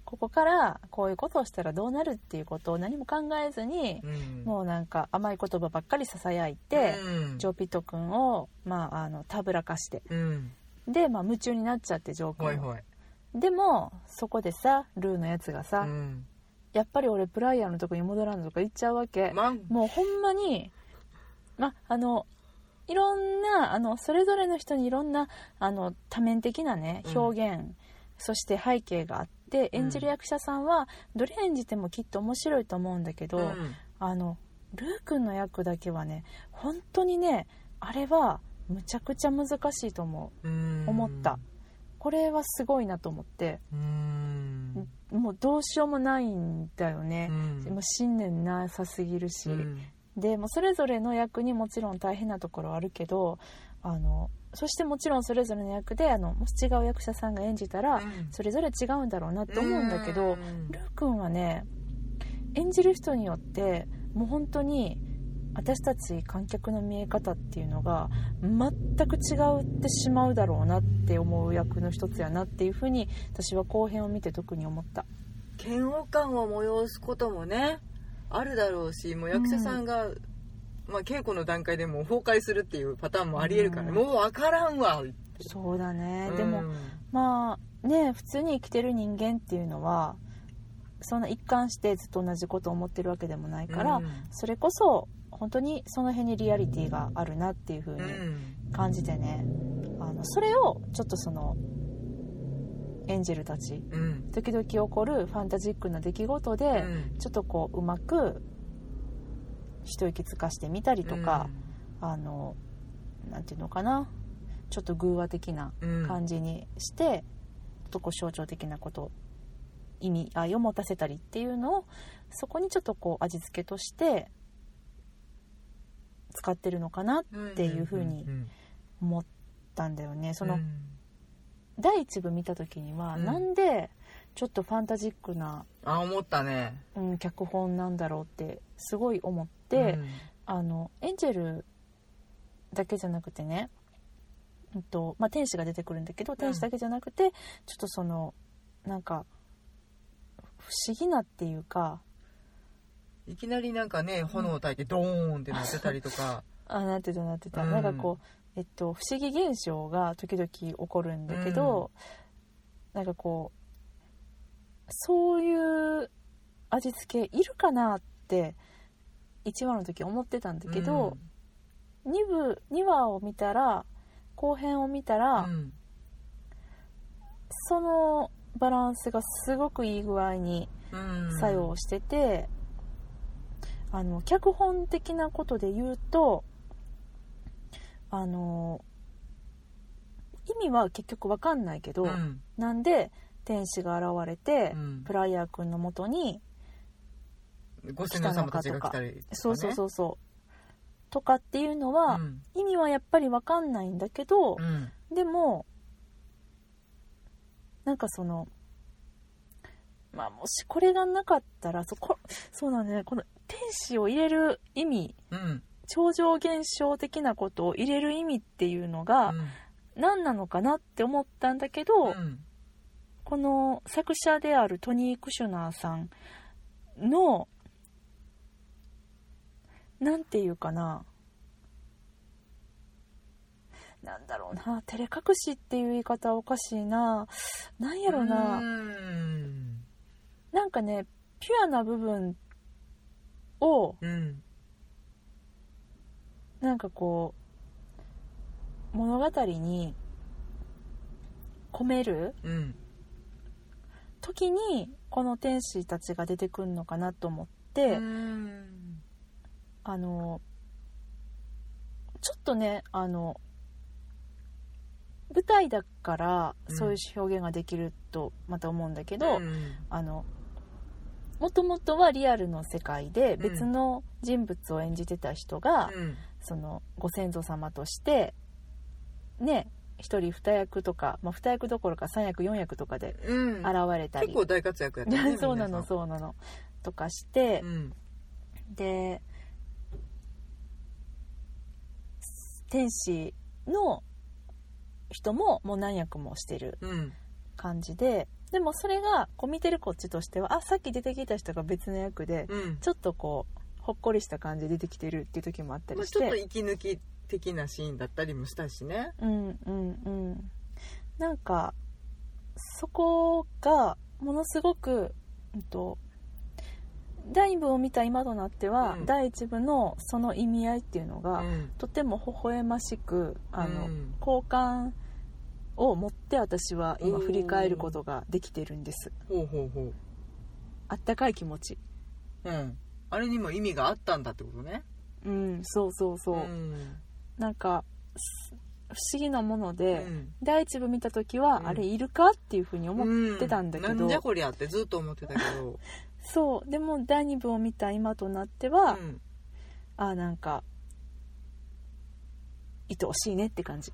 ここからこういうことをしたらどうなるっていうことを何も考えずに、
うん、
もうなんか甘い言葉ばっかりささやいて、
うん
ジョーピット君を、まあ、あのたぶらかして
うん
で、まあ、夢中になっちゃってジョー君
ほい
も
ほい、
でもそこでさルーのやつがさ、
うん、
やっぱり俺ブライアンのとこに戻らんとか言っちゃうわけ、
マン
もうほんまにまあのいろんなあのそれぞれの人にいろんなあの多面的なね
うん
表現、そして背景があって演じる
うん
役者さんはどれ演じてもきっと面白いと思うんだけど、
うん
あのルー君の役だけはね本当にねあれはむちゃくちゃ難しいと思う
うん
思ったこれはすごいなと思って
うーん
もうどうしようもないんだよ
う
ね、
ん
もう信念なさすぎるし、でもうそれぞれの役にもちろん大変なところはあるけどあのそしてもちろんそれぞれの役であのもし違う役者さんが演じたら、
うん
それぞれ違うんだろうなと思うんだけど、
うん
ルー君はね演じる人によってもう本当に私たち観客の見え方っていうのが全く違うってしまうだろうなって思う役の一つやなっていうふうに私は後編を見て特に思った
嫌悪感を催すこともねあるだろうしもう役者さんが、まあ、稽古の段階でもう崩壊するっていうパターンもありえるから、
うん
もう分からんわ、
そうだね、
うん
でもまあね普通に生きてる人間っていうのはそんな一貫してずっと同じことを思ってるわけでもないから、
うん
それこそ本当にその辺にリアリティがあるなっていう風
う
に
ん
感じてね、あのそれをちょっとそのエンジェルたち
うん
時々起こるファンタジックな出来事で、
うん
ちょっとこううまく一息つかしてみたりとか、あのなんていうのかなちょっと偶話的な
うん
感じにして、ちょっとこう象徴的なこと意味合いを持たせたりっていうのをそこにちょっとこう味付けとして使ってるのかなっていう風に
んん
思ったんだよね。その、
うん
第一部見た時には、
うん
なんでちょっとファンタジックな、
あ思ったね
うん、脚本なんだろうってすごい思って、
うん
あのエンジェルだけじゃなくてね、うんとまあ、天使が出てくるんだけど天使だけじゃなくて、ちょっとそのなんか不思議なっていうか
いきなりなんかね炎を焚いてドーンってなってたりとか
あなってたなってた、
うん
なんかこう、えっと、不思議現象が時々起こるんだけど、なんかこうそういう味付けいるかなって1話の時思ってたんだけど、2部2話を見たら後編を見た
う
ら、
ん
そのバランスがすごくいい具合に
うん
作用してて、あの脚本的なことで言うとあの意味は結局わかんないけど、
うん
なんで天使が現れて、
うん
プライヤー君のもとに
ご主人様たちが来たりとかね
そうそうそうそうとかっていうのは、
うん
意味はやっぱりわかんないんだけど、
うん
でもなんかそのまあもしこれがなかったらそこそうなんだよねこの天使を入れる意味
うん
超常現象的なことを入れる意味っていうのが何なのかなって思ったんだけど、
うん
この作者であるトニー・クシュナーさんのなんていうかななんだろうな照れ隠しっていう言い方はおかしいななんやろな、
うん
なんかねピュアな部分を
うん
なんかこう物語に込める
うん
時にこの天使たちが出てくるのかなと思って。
うん
あのちょっとねあの舞台だから
うん
そういう表現ができるとまた思うんだけど、
うん
あのもともとはリアルの世界で別の人物を演じてた人が、
うん
そのご先祖様としてね一人二役とか、まあ、二役どころか三役四役とかで
うん
現れたり
結、構大活躍やった ね
そうなの
皆さん
そうなのとかして、
うん
で天使の人ももう何役もしてる
うん
感じででもそれがこう見てるこっちとしてはあさっき出てきた人が別の役で
うん
ちょっとこうほっこりした感じで出てきてるっていう時もあった
まあ
りし
ちょっと
て、
息抜き的なシーンだったりもしたしね
うんうんうんなんかそこがものすごく、うんと、第2部を見た今となっては、
うん
第1部のその意味合いっていうのが、
うん
とても微笑ましくあの、
うん
好感を持って私は今
うん
振り返ることができてるんです
ほうほうほ
あったかい気持ち
ううんあれにも意味があったんだってことね
うんそうそうそう、
ん
なんかす不思議なもので、
うん
第一部見た時は、
うん
あれいるかっていうふうに思っ、
思
てたんだけど
なんじゃこりゃってずっと思ってたけど、
そうでも第二部を見た今となっては、
うん
あなんか愛おしいねって感じ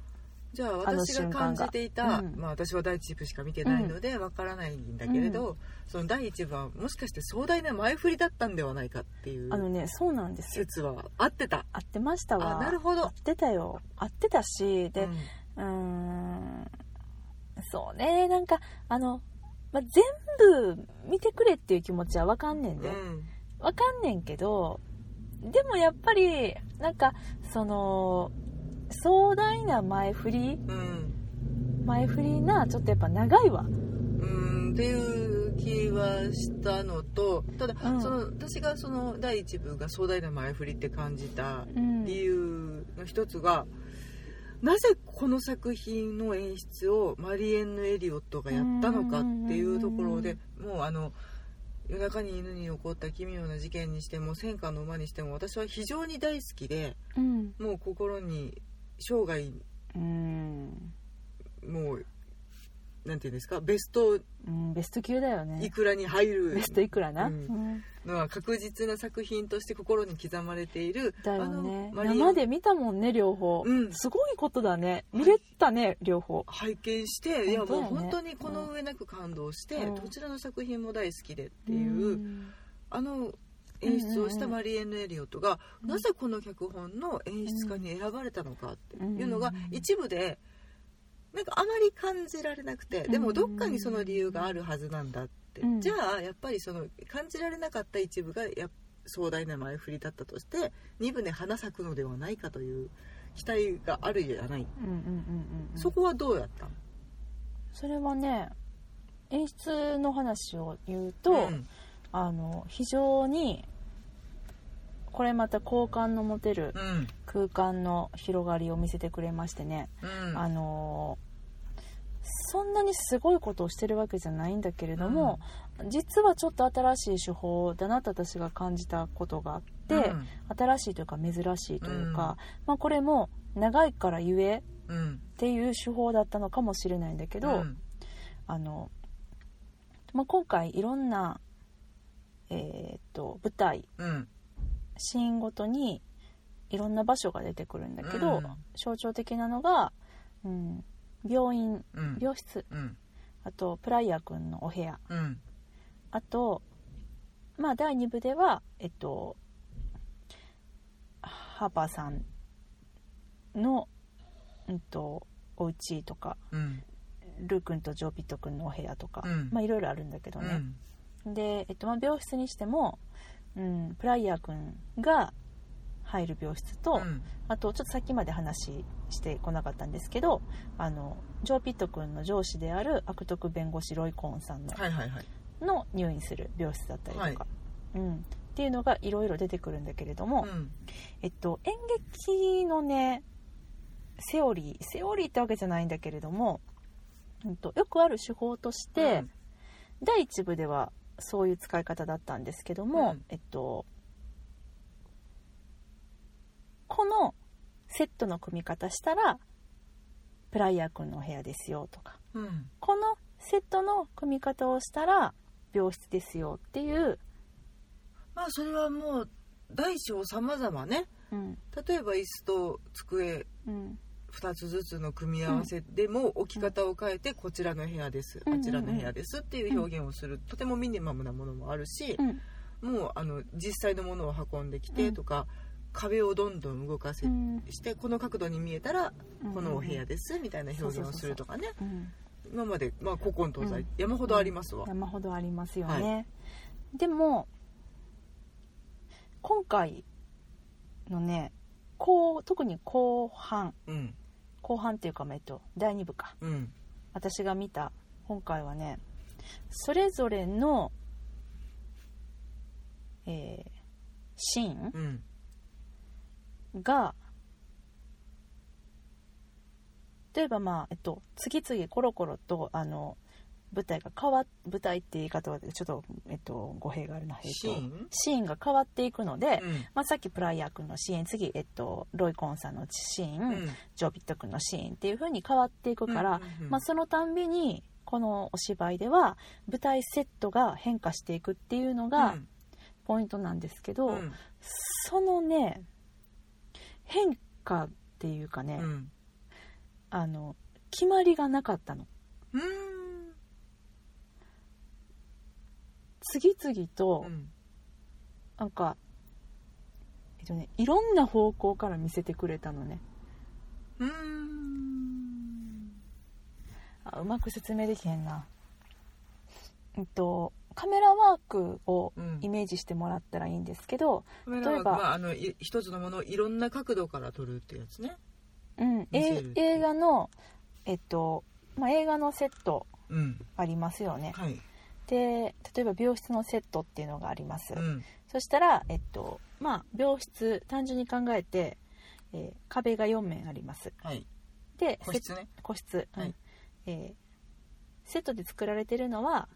じゃあ
あの
私が
瞬間が
感じていた、
うん
まあ、私は第一部しか見てないのでわからないんだけれど、その第一部はもしかして壮大な前振りだったんではないかってい
あの
う
ねそうなんですよ
説は合ってた
合ってましたわ
あなるほど
合ってたよ合ってたしで
う
うー
ん
んそうねなんかあの、まあ、全部見てくれっていう気持ちはわかんねんで、
うん
わかんねんけどでもやっぱりなんかその壮大な前振り
うん
前振りなちょっとやっぱ長いわ
うんっていう気はしたのとただ、
うん
その私がその第一部が壮大な前振りって感じた
うん
理由の一つが、なぜこの作品の演出をマリエンヌ・エリオットがやったのかっていうところでもうあの夜中に犬に起こった奇妙な事件にしても戦火の馬にしても私は非常に大好きで
うん
もう心に生涯
うん、
もうなんていうんですかベスト
うん、ベスト級だよ
い
ね
くらに入る
ベストいくらな、
うんのは確実な作品として心に刻まれている
だよね
あのマリエン
生で見たもんね両方、
うん
すごいことだね見れたね両方
拝見していや
本当
も
だよ
う
ね
本当にこの上なく感動して、
うん
どちらの作品も大好きでっていう、
ん
あの演出をし
うんうん
た
うん
マリエンヌ・エリオットが、
うん
なぜこの脚本の演出家に選ばれたのかっていうのが
うんうんうん
一部でなんかあまり感じられなくてで
う
も
んうん
ど
うん
っかにその理由があるはずなんだって、
うん
じゃあやっぱりその感じられなかった一部がや壮大な前振りだったとして2部で花咲くのではないかという期待があるじゃない、
うんうんうんうん
そこはどうやったの
それはね演出の話を言うと、
うん
あの非常にこれまた好感の持てる
うん
空間の広がりを見せてくれましてね、
うん
あのそんなにすごいことをしてるわけじゃないんだけれども、実はちょっと新しい手法だなと私が感じたことがあって、
うん
新しいというか珍しいというか、まあ、これも長いからゆえ
うん
っていう手法だったのかもしれないんだけど、
うん
あの、まあ、今回いろんな、えーっと舞台
うん
シーンごとにいろんな場所が出てくるんだけど、
うん
象徴的なのが、うん、病院
うん
病室
うん
あとプライヤー君のお部屋
うん
あとまあ第2部ではえっとハーパーさんの、うん、とお家とか
うん
ルー君とジョーピット君のお部屋とか、
うん
まあいろいろあるんだけどね、
うん
で、えっと、まあ病室にしても、うん、プライヤー君が入る病室と、
うん
あとちょっとさっきまで話してこなかったんですけどあのジョー・ピット君の上司である悪徳弁護士ロイ・コーンさんの,、
はいはいはい
の入院する病室だったりとか、
はい
うん、っていうのがいろいろ出てくるんだけれども、
うん
えっと、演劇のねセオリーセオリーってわけじゃないんだけれども、うん、とよくある手法として、
うん
第一部ではそういう使い方だったんですけども、
うん
えっとこのセットの組み方したらプライヤー君のお部屋ですよとか
うん
このセットの組み方をしたら病室ですよっていう、
まあそれはもう大小さまざまね
うん
例えば椅子と机
うん
2つずつの組み合わせでも置き方を変えてこちらの部屋です、
うん
あちらの部屋ですっていう表現をする、とてもミニマムなものもあるし
う、ん
もうあの実際のものを運んできてとか、壁をどんどん動かせ、
うん
してこの角度に見えたらこのお部屋ですみたいな表現をするとかね
うん
今まで、まあ、古今東西、
うん
山ほどありますわ、
山ほどありますよね、でも今回のねこう特に後半
うん
後半っていうか、まあえっと、第2部か
うん
私が見た今回はねそれぞれの、えーシーン
うん
が例えばまあ、えっと、次々コロコロとあの舞台が変わっ舞台って言い方はちょっと、えっと、語弊があるな、えっと、
シーン、
シーンが変わっていくので、
うん
まあ、さっきプライヤー君のシーン次、えっと、ロイコンさんのシーン、
うん
ジョビット君のシーンっていう風に変わっていくから、
うん
まあ、そのたんびにこのお芝居では舞台セットが変化していくっていうのが
うん
ポイントなんですけど、
うん
そのね変化っていうかね、
うん
あの決まりがなかったの
うん
次々と
うん
なんか、えっとね、いろんな方向から見せてくれたのね
うん
あうまく説明できへんな、えっと、カメラワークを
うん
イメージしてもらったらいいんですけど、
カメラワー
例え
ク
ば
まああのい一つのものをいろんな角度から撮るってやつね
うん、
見せ
え
る
映画の、えっとまあ、映画のセット
うん
ありますよね
はい
で例えば病室のセットっていうのがあります、
うん
そしたら、えっとまあ、病室単純に考えて、えー壁が4面あります
はい
で
個
セッ
室ね
個室、うん
はい
えーセットで作られてるのは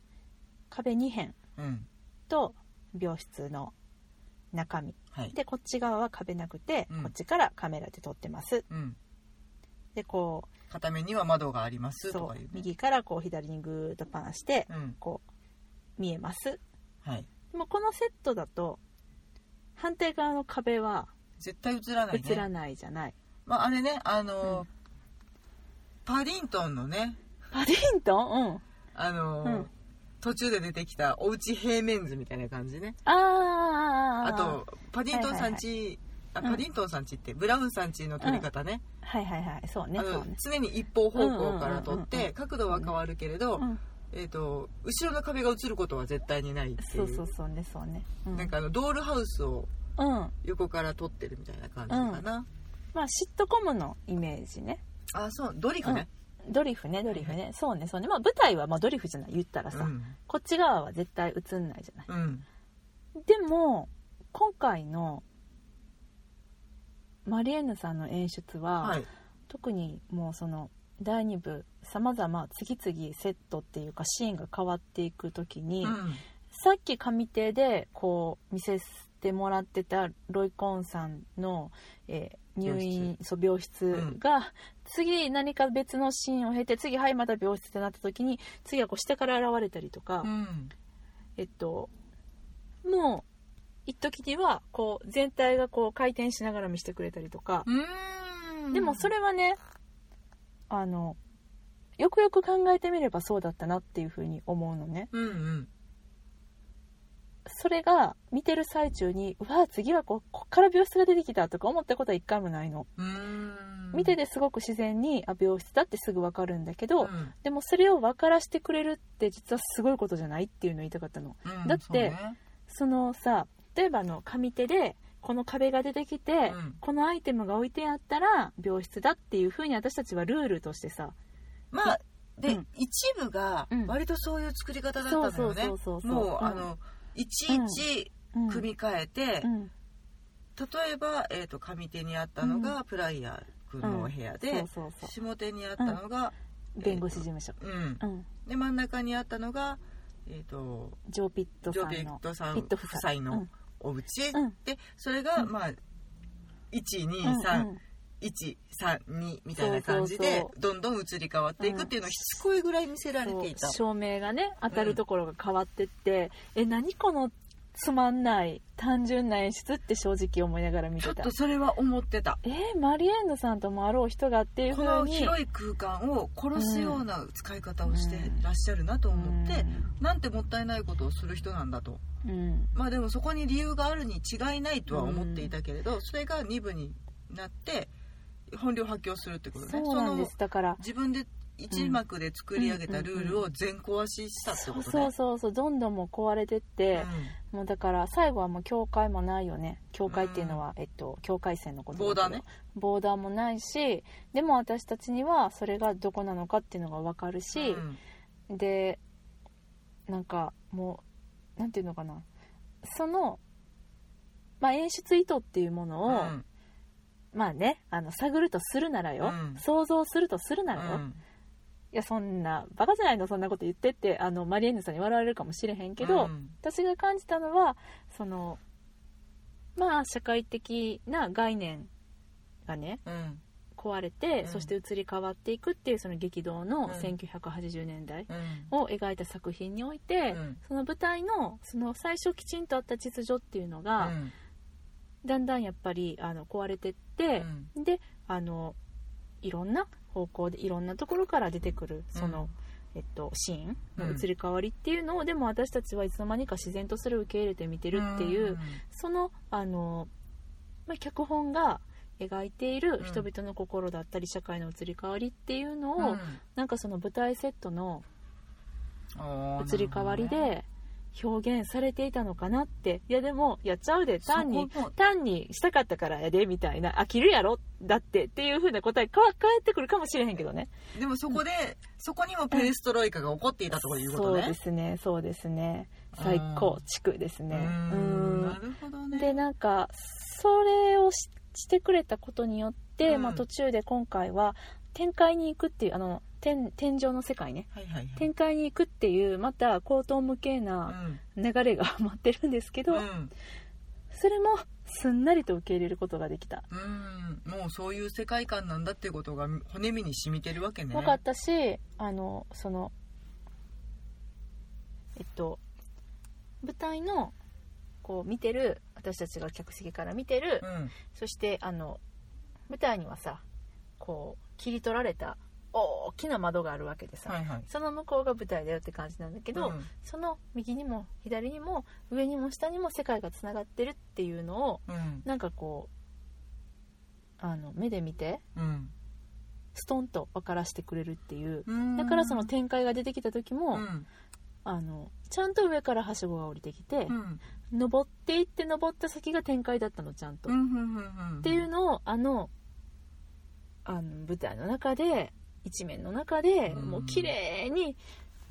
壁2辺
うん
と病室の中身
はい
でこっち側は壁なくて、
うん
こっちからカメラで撮ってます
うん
でこ
片面には窓がありま
う
すと
そ
か
う
いうね
右からこう左にグーッとパンして
うん
こう見えます
はい
でもこのセットだと反対側の壁は
絶対映らないね
映らないじゃない、
まああれねあのー
うん
パディントンのね
パディントンうん
あのー
うん
途中で出てきたおうち平面図みたいな感じね
あ
あ
あ
とパディントンさんち、
いはい
あパディントンさんちってブラウンさんちの撮り方ね,、
はいはいはいそうね
あ
そ
の
うね
常に一方方向から撮っ
うんうんうんうんう
て
ん
角度は変わるけれど、
うん
えー、と後ろの壁が映ることは絶対にないってい
そううそうそうねそうねうん
なんかあのドールハウスを
うん
横から撮ってるみたいな感じかな、
まあシットコムのイメージね
あそうドリフね、
ドリフねドリフねそうねそうねまあ舞台はまあドリフじゃない言ったら
う
さ、
ん
こっち側は絶対映んないじゃない
うん
でも今回のマリエンヌさんの演出は、
はい
特にもうその第2部さまざま次々セットっていうかシーンが変わっていく時に、
うん
さっき上手でこう見せてもらってたロイコーンさんの、えー入院そう病室が、次何か別のシーンを経て次はいまた病室ってなった時に次はこう下から現れたりとか、
うん
えっともう一時にはこう全体がこう回転しながら見せてくれたりとか、
うん
でもそれはねあのよくよく考えてみればそうだったなっていうふうに思うのね。
うんうん
それが見てる最中にうわ次はこうこっから病室が出てきたとか思ったことは一回もないの、
うん
見ててすごく自然にあ病室だってすぐ分かるんだけど、
うん
でもそれを分からしてくれるって実はすごいことじゃないっていうのを言いたかったの
うん
だって
そうね
そのさ例えばあの上手でこの壁が出てきて、
うん
このアイテムが置いてあったら病室だっていうふうに私たちはルールとしてさ
まあで、
うん
一部が
うん
割とそういう作り方だったのよね
そうそうそうそうそう
もう、
うん
あのいちいち
うん
組み替えて、
うん
例えば、えー、と上手にあったのがプライヤー君のお部屋で、
そうそうそう
下手にあったのが、
弁護士事務所、
うん
うん、
で真ん中にあったのが、えー、と
ジョー・ピット
ジョ
さ
ー・ピ
ん
ッ
の
トさん
ピット
夫
夫妻
妻のお家、
うん
でそれが、
うん
まあ
うん
123132
うん
みたいな感じで
そうそう
どんどん移り変わっていくっていうのをしつこいぐらい見せられ
そう
ていた、
照明がね当たるところが変わってって、え何このつまんない単純な演出って正直思いながら見
ちょ
て
ったとそれは思ってた
えーマリエンヌさんともあろう人がっていう
こ
風
の
に
広い空間を殺すような使い方をしてらっしゃるなと思って、なんてもったいないことをする人なんだと
うん、うん
まあでもそこに理由があるに違いないとは思っていたけれど、それが2部になって本領発揮をするってことね
そうなんですだから
の自分で一幕で作り上げたルールを全壊ししたって
そ
こ
う
とね
そうそうそうどんどんもう壊れてって、もうだから最後はもう境界もないよね境界っていうのは、えっと境界線のことだけど
ボーダーね
ボーダーもないしでも私たちにはそれがどこなのかっていうのが分かる
うん
し、でなんかもうなんていうのかなその、まあ、演出意図っていうもの
うん
を、まあねあの探るとするならよ、
うん
想像するとするならよ、
う
い
ん
やそんなバカじゃないのそんなこと言ってってあのマリエンヌさんに笑われるかもしれへんけど、
うん
私が感じたのはそのまあ社会的な概念がね
うん
壊れて、
うん
そして移り変わっていくっていうその激動の
うん
1980年代
うん
を描いた作品において、
うん
その舞台のその最初きちんとあった秩序っていうのが、
うん
だんだんやっぱりあの壊れてって、であのいろんなこ方向でいろんなところから出てくるその、えっと、シーンの移り変わりっていうのを、でも私たちはいつの間にか自然とそれを受け入れて見て
い
るっていう、そのあの、まあ、脚本が描いている人々の心だったり社会の移り変わりっていうのを、なんかその舞台セットの移り変わりで表現されていたのかなっていやでもやっちゃうで単に単にしたかったからやでみたいな飽きるやろだってっていう風な答えか返ってくるかもしれへんけどね
でもそこで、そこにもペレストロイカが起こっていたということ
そうで
ね。
すねそうですね最高地区ですね
う
うんん
なるほどね。
でなんかそれをししてくれたことによって、
うん
まあ、途中で今回は展開に行くっていうあの天天井の世界ね
はいはいはい。
展開に行くっていうまた高等無形な流れが 待ってるんですけ
う
ど、
んうん
それもすんなりと受け入れることができた。
うんもうそういう世界観なんだってことが骨身に染みてるわけね。
よかったしあのそのえっと舞台のこう見てる私たちが客席から見てる
うん
そしてあの舞台にはさこう切り取られた大きな窓があるわけでさ、
はいはい。
その向こうが舞台だよって感じなんだけど、
うん
その右にも左にも上にも下にも世界がつながってるっていうのを
うん
なんかこうあの目で見て
うん
ストンと分からせてくれるっていう
うん
だからその展開が出てきた時も、
うん
あのちゃんと上からはしごが降りてきて
う、ん
登っていって登った先が展開だったのちゃんと。
うんうんうんうん
っていうのをあのあの舞台の中で一面の中で
うん
もう綺麗に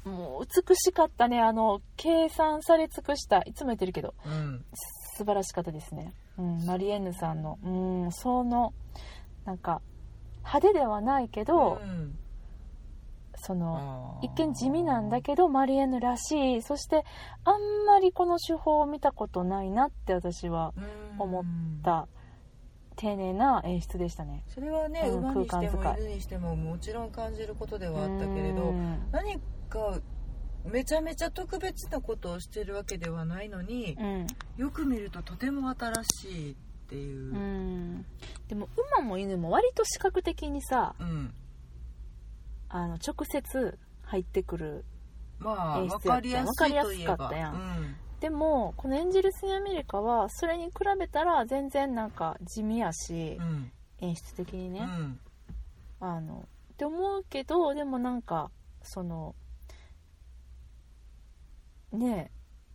もう美しかったねあの計算され尽くしたいつも言ってるけど
うん
素晴らしかったですね、うん、マリエンヌさんのうんそのなんか派手ではないけど、
うん
その
あー
一見地味なんだけどマリエンヌらしいそしてあんまりこの手法を見たことないなって私は
うん
思だ丁寧な演出でしたね
それはね、
うん
馬にし
空
て
間
も
使い
犬にしてももちろん感じることではあったけれど、
うん
何かめちゃめちゃ特別なことをしてるわけではないのに、
うん
よく見るととても新しいっていう、
う、んでも馬も犬も割と視覚的にさ
うん
あの直接入ってくる
まあ
演出や
分
った
かりやすいといえば
わかりやすかったやん
うん
でもこの「エンジェルス・イン・アメリカ」はそれに比べたら全然なんか地味やし
う、ん
演出的に
う
ね、
ん
あのって思うけどでもなんかそのね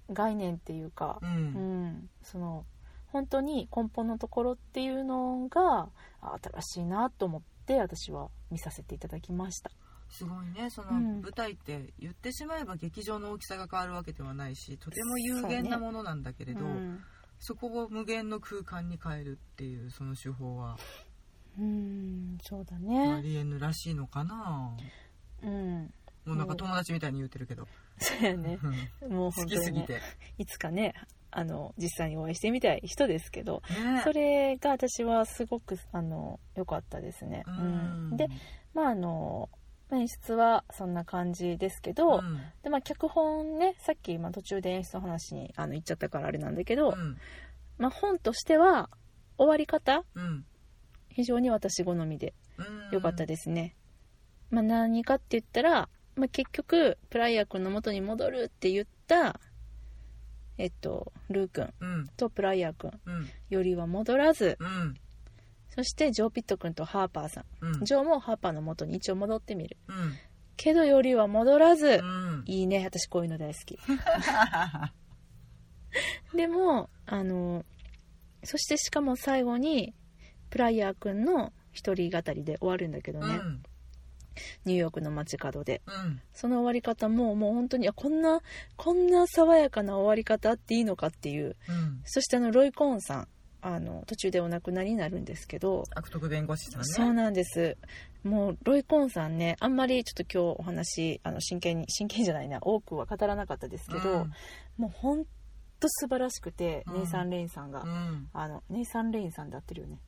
え概念っていうか、
う
うんん、その本当に根本のところっていうのがあ新しいなと思って私は見させていただきました。
すごいねその
うん
舞台って言ってしまえば劇場の大きさが変わるわけではないしとても有限なものなんだけれどそ,、
うん
こを無限の空間に変えるっていうその手法は
うんそうだ
マ
ね
リエヌらしいのかな、
うん
もうなんか友達みたいに言ってるけど、
そうやね
うん
もう
好
本
き
当
す
に、
ぎ
ね、
て、
いつかねあの実際にお会いしてみたい人ですけど
ね
それが私はすごくあの良かったですね、うん、でまああの演出はそんな感じですけど、
うん
でまあ、脚本ねさっきまあ途中で演出の話にあの言っちゃったからあれなんだけど、
うん
まあ、本としては終わり方
うん
非常に私好みで
うん
良かったですね、まあ、何かって言ったら、まあ、結局プライヤー君の元に戻るって言ったえっとルー君
うん
とプライヤー君
うん
よりは戻らず
うん
そしてジョー・ピット君とハーパーさん
うん
ジョーもハーパーの元に一応戻ってみる
うん
けどよりは戻らず、
うん
いいね私こういうの大好きでもあのそしてしかも最後にプライヤー君の一人語りで終わるんだけど
う
ね、
ん
ニューヨークの街角で
うん
その終わり方ももう本当にあこんなこんな爽やかな終わり方あっていいのかっていう
うん
そしてあのロイ・コーンさんあの途中でお亡くなりになるんですけど、
悪徳弁護士さんね
そうなんですもうロイ・コーンさんねあんまりちょっと今日お話あの真剣に真剣じゃないな多くは語らなかったですけど、もうほんと素晴らしくて、
うん
ネイサン・レインさんが、
うんうん
あのネイサン・レインさんで合ってるよね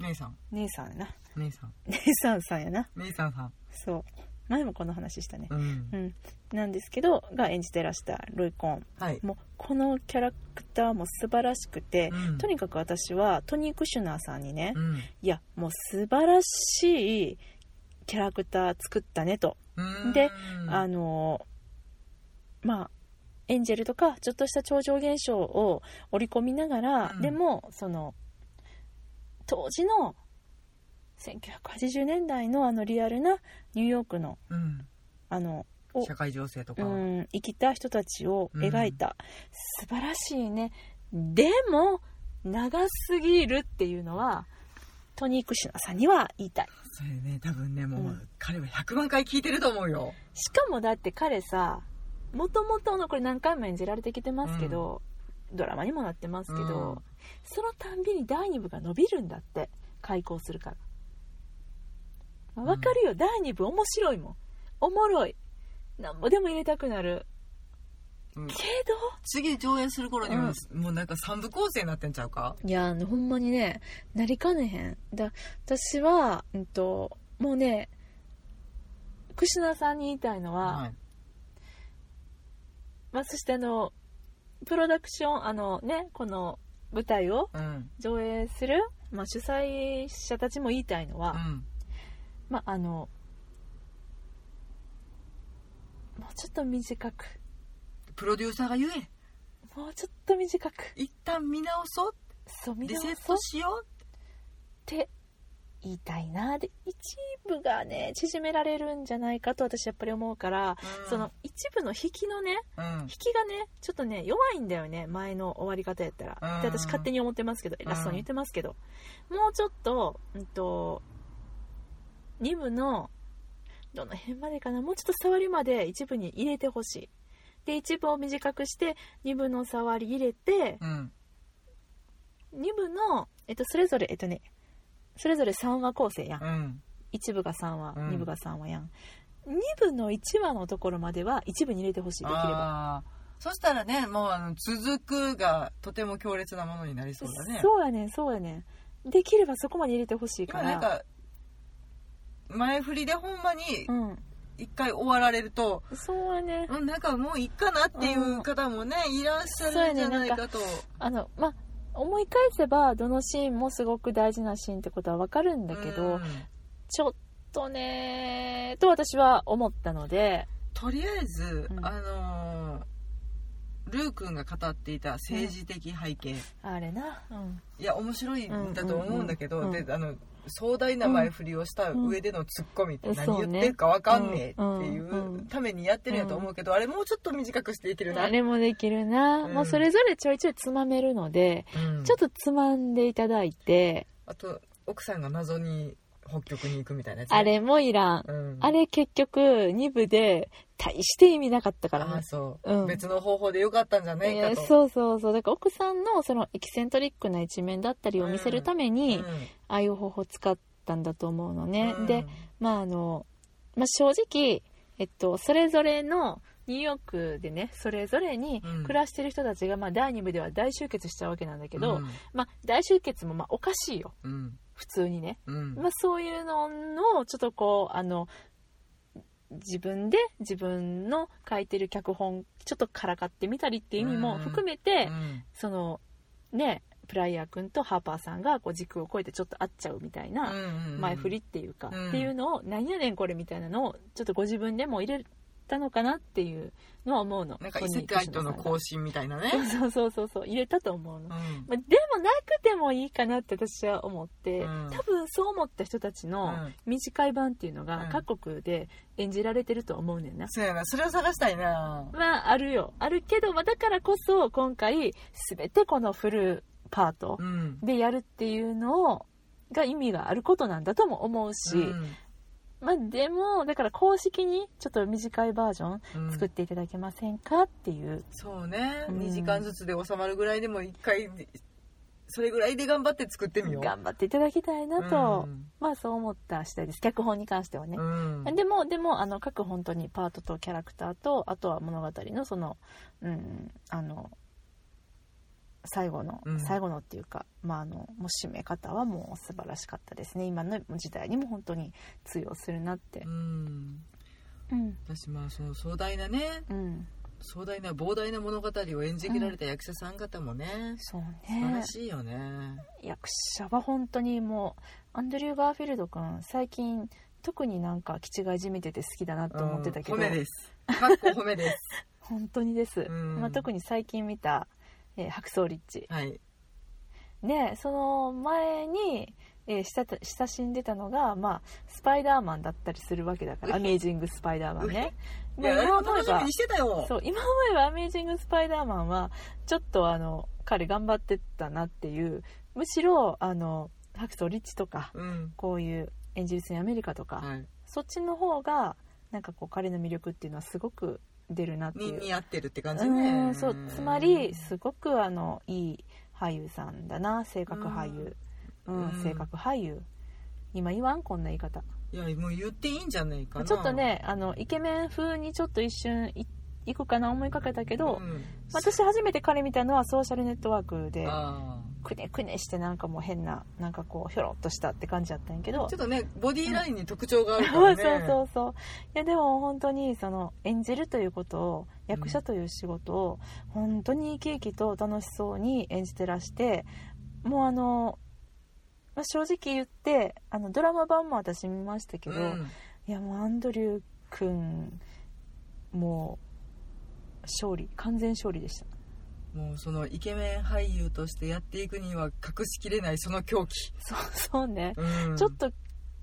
姉さん
ネイサンやな
姉さん
ネイサンさんやな
姉さんさん
そう前もこの話したね
う、ん
うん、なんですけどが演じてらしたロイ・コーン
はい
もうこのキャラクターも素晴らしくて、
うん
とにかく私はトニー・クシュナーさんにね、
うん
いやもう素晴らしいキャラクター作ったねと、
うん
であのまあエンジェルとかちょっとした超常現象を織り込みながら、
うん
でもその当時の1980年代のあのリアルなニューヨークの
うん
あのお
社会情勢とか、
うん、生きた人たちを描いた、素晴らしいねでも長すぎるっていうのはトニー・クシナさんには言いたい
それね多分ねもう、
うん
彼は100万回聞いてると思うよ
しかもだって彼さもともとのこれ何回も演じられてきてますけど、ドラマにもなってますけど、
うん
そのたんびに第2部が伸びるんだって開校するから、まあわかるよ、第2部面白いもんおもろいなんぼでも入れたくなる、
うん
けど
次上演する頃には、もうなんか3部構成になってんちゃうか
いやあのほんまにねなりかねへんだ私は、うん、ともうねクシュナさんに言いたいのは、
はい
まあ、そしてあのプロダクションあのねこの舞台を
うん
上映する、まあ、主催者たちも言いたいのは、
うん
まああのもうちょっと短く
プロデューサーが言え
もうちょっと短く
一旦見直そう
そう見
リ
直
セッ
そう
トしよ
って言いたいなで一部がね縮められるんじゃないかと私やっぱり思うから、
う、うん
その一部の引きのね
うん
引きがねちょっとね弱いんだよね前の終わり方やったら、で
うん
私勝手に思ってますけど偉そうに言ってますけど、もうちょっと,、うん、と2部のどの辺までかなもうちょっと触りまで一部に入れてほしいで一部を短くして2部の触り入れて
うん
2部の、えっと、それぞれえっとねそれぞれ3話構成やん
うん
1部が3話、
うん
2部が3話やん2部の1話のところまでは1部に入れてほしいできれば
あーそしたらねもうあの続くがとても強烈なものになりそうだね
そうやねんそうやねんできればそこまで入れてほしいか
今
ら
なんか前振りでほんまに
うん
一回終わられると、
そうやねん
うん、なんかもういっかなっていう方もね、いらっしゃるんじゃないかと
あのまあ思い返せばどのシーンもすごく大事なシーンってことはわかるんだけど、
うん
ちょっとねーと私は思ったので
とりあえず、
うん
あのールー君が語っていた政治的背景、
あれな、うん、
いや面白いんだと思うんだけど、
うんうんうん
であの壮大な前振りをした上でのツッコミって何言ってるかわかんねえってい
うんう
うんためにやってるんやと思うけど、あれもうちょっと短くしていけるな、
あれもできるな、
うん
まあ、それぞれちょいちょいつまめるので、
うん
ちょっとつまんでいただいて
あと奥さんが謎に北極に行くみたいなやつね
あ、れもいらん
うん、
あれ結局2部で大して意味なかったから
あ
ね。
そう、
うん
別の方法でよかったんじゃない
え
か
ー
と、
そうそうそうだから奥さんのそのエキセントリックな一面だったりを見せるために、
うん
ああいう方法を使ったんだと思うのね、
うん
でまああの、まあ、正直、えっと、それぞれのニューヨークでねそれぞれに
うん
暮らしてる人たちが、まあ、第2部では大集結しちゃうわけなんだけど、
うん
まあ、大集結もまあおかしいよ
うん
普通にね
うん
まあ、そういうのをちょっとこうあの自分で自分の書いてる脚本ちょっとからかってみたりっていう意味も含めて、
うん
そのねプライヤー君とハーパーさんがこう軸を超えてちょっと会っちゃうみたいな前振りっていうか、
うん
っていうのを何やねんこれみたいなのをちょっとご自分でも入れたのかなっていうのは思うの
なんか異世界との
こ
交信みたいなね、
うそうそうそうそう入れたと思うの
う、ん
まあ、でもなくてもいいかなって私は思って、
うん
多分そう思った人たち
う
の
ん
短い版っていうの
う
が
ん
各国で演じられてると思うねんな、
そうやなそれを探したいな
まああるよあるけど、まあ、だからこそ今回全てこのフルパート
うん
でやるっていうのをが意味があることなんだとも思うし、
うん
まあでもだから公式にちょっと短いバージョン
うん
作っていただけませんかっていう、
そうね、
うん
2時間ずつで収まるぐらいでも1回それぐらいで頑張って作ってみよう
頑張っていただきたいなと、
うん
まあそう思った次第です脚本に関してはね、
うん
でもでもあの各本当にパートとキャラクターとあとは物語のその,、うん、あの最後の、
うん
最後のっていうか、まあ、あのもう締め方はもう素晴らしかったですね今の時代にも本当に通用するなって
う、ん
うん
私まあその壮大なね
うん、
壮大な膨大な物語を演じきられた役者さん方もね、
そう
素晴
ね
らしいよね
役者は本当にもうアンドリュー・ガーフィールド君最近特になんか気違いじめてて好きだなと思ってたけど、
うん褒めですかっこ褒めです
本当にです、
うん
まあ、特に最近見た「えー白草リッチ
はい」
ねその前に、えー親た親しんでたのが、まあ、スパイダーマンだったりするわけだ から「アメージング・スパイダーマンね」
い
まあ
や
今
誰も
思え
楽しみ
ば
にしてたよ
そう今思えば「アメージング・スパイダーマンは」ちょっとあの彼頑張ってたなっていうむしろあの白草リッチとか
うん
こういう「エンジェルス・イン・アメリカ」とか、
はい、
そっちの方がなんかこう彼の魅力っていうのはすごく出るなってい
に
う
似合ってるって感
う
じね
んそうつまりすごくあのいい俳優さんだな性格俳優うん、
うん
性格俳優今言わんこんな言い方
いやもう言っていいんじゃないかな
ちょっとねあのイケメン風にちょっと一瞬いいくかな思いかけたけど、
うん
私初めて彼見たのはソーシャルネットワークで
あ
くねくねしてなんかもう変ななんかこうひょろっとしたって感じだったんやけど
ーちょっとねボディーラインに特徴があるか
そ
ら
う
ね
そうそうそういやでも本当にその演じるということを役者という仕事を本当に生き生きと楽しそうに演じてらしてもうあの、まあ正直言ってあのドラマ版も私見ましたけど、
うん
いやもうアンドリュー君もう勝利完全勝利でした
もうそのイケメン俳優としてやっていくには隠しきれないその狂気、
そうそうね、
うん
ちょっと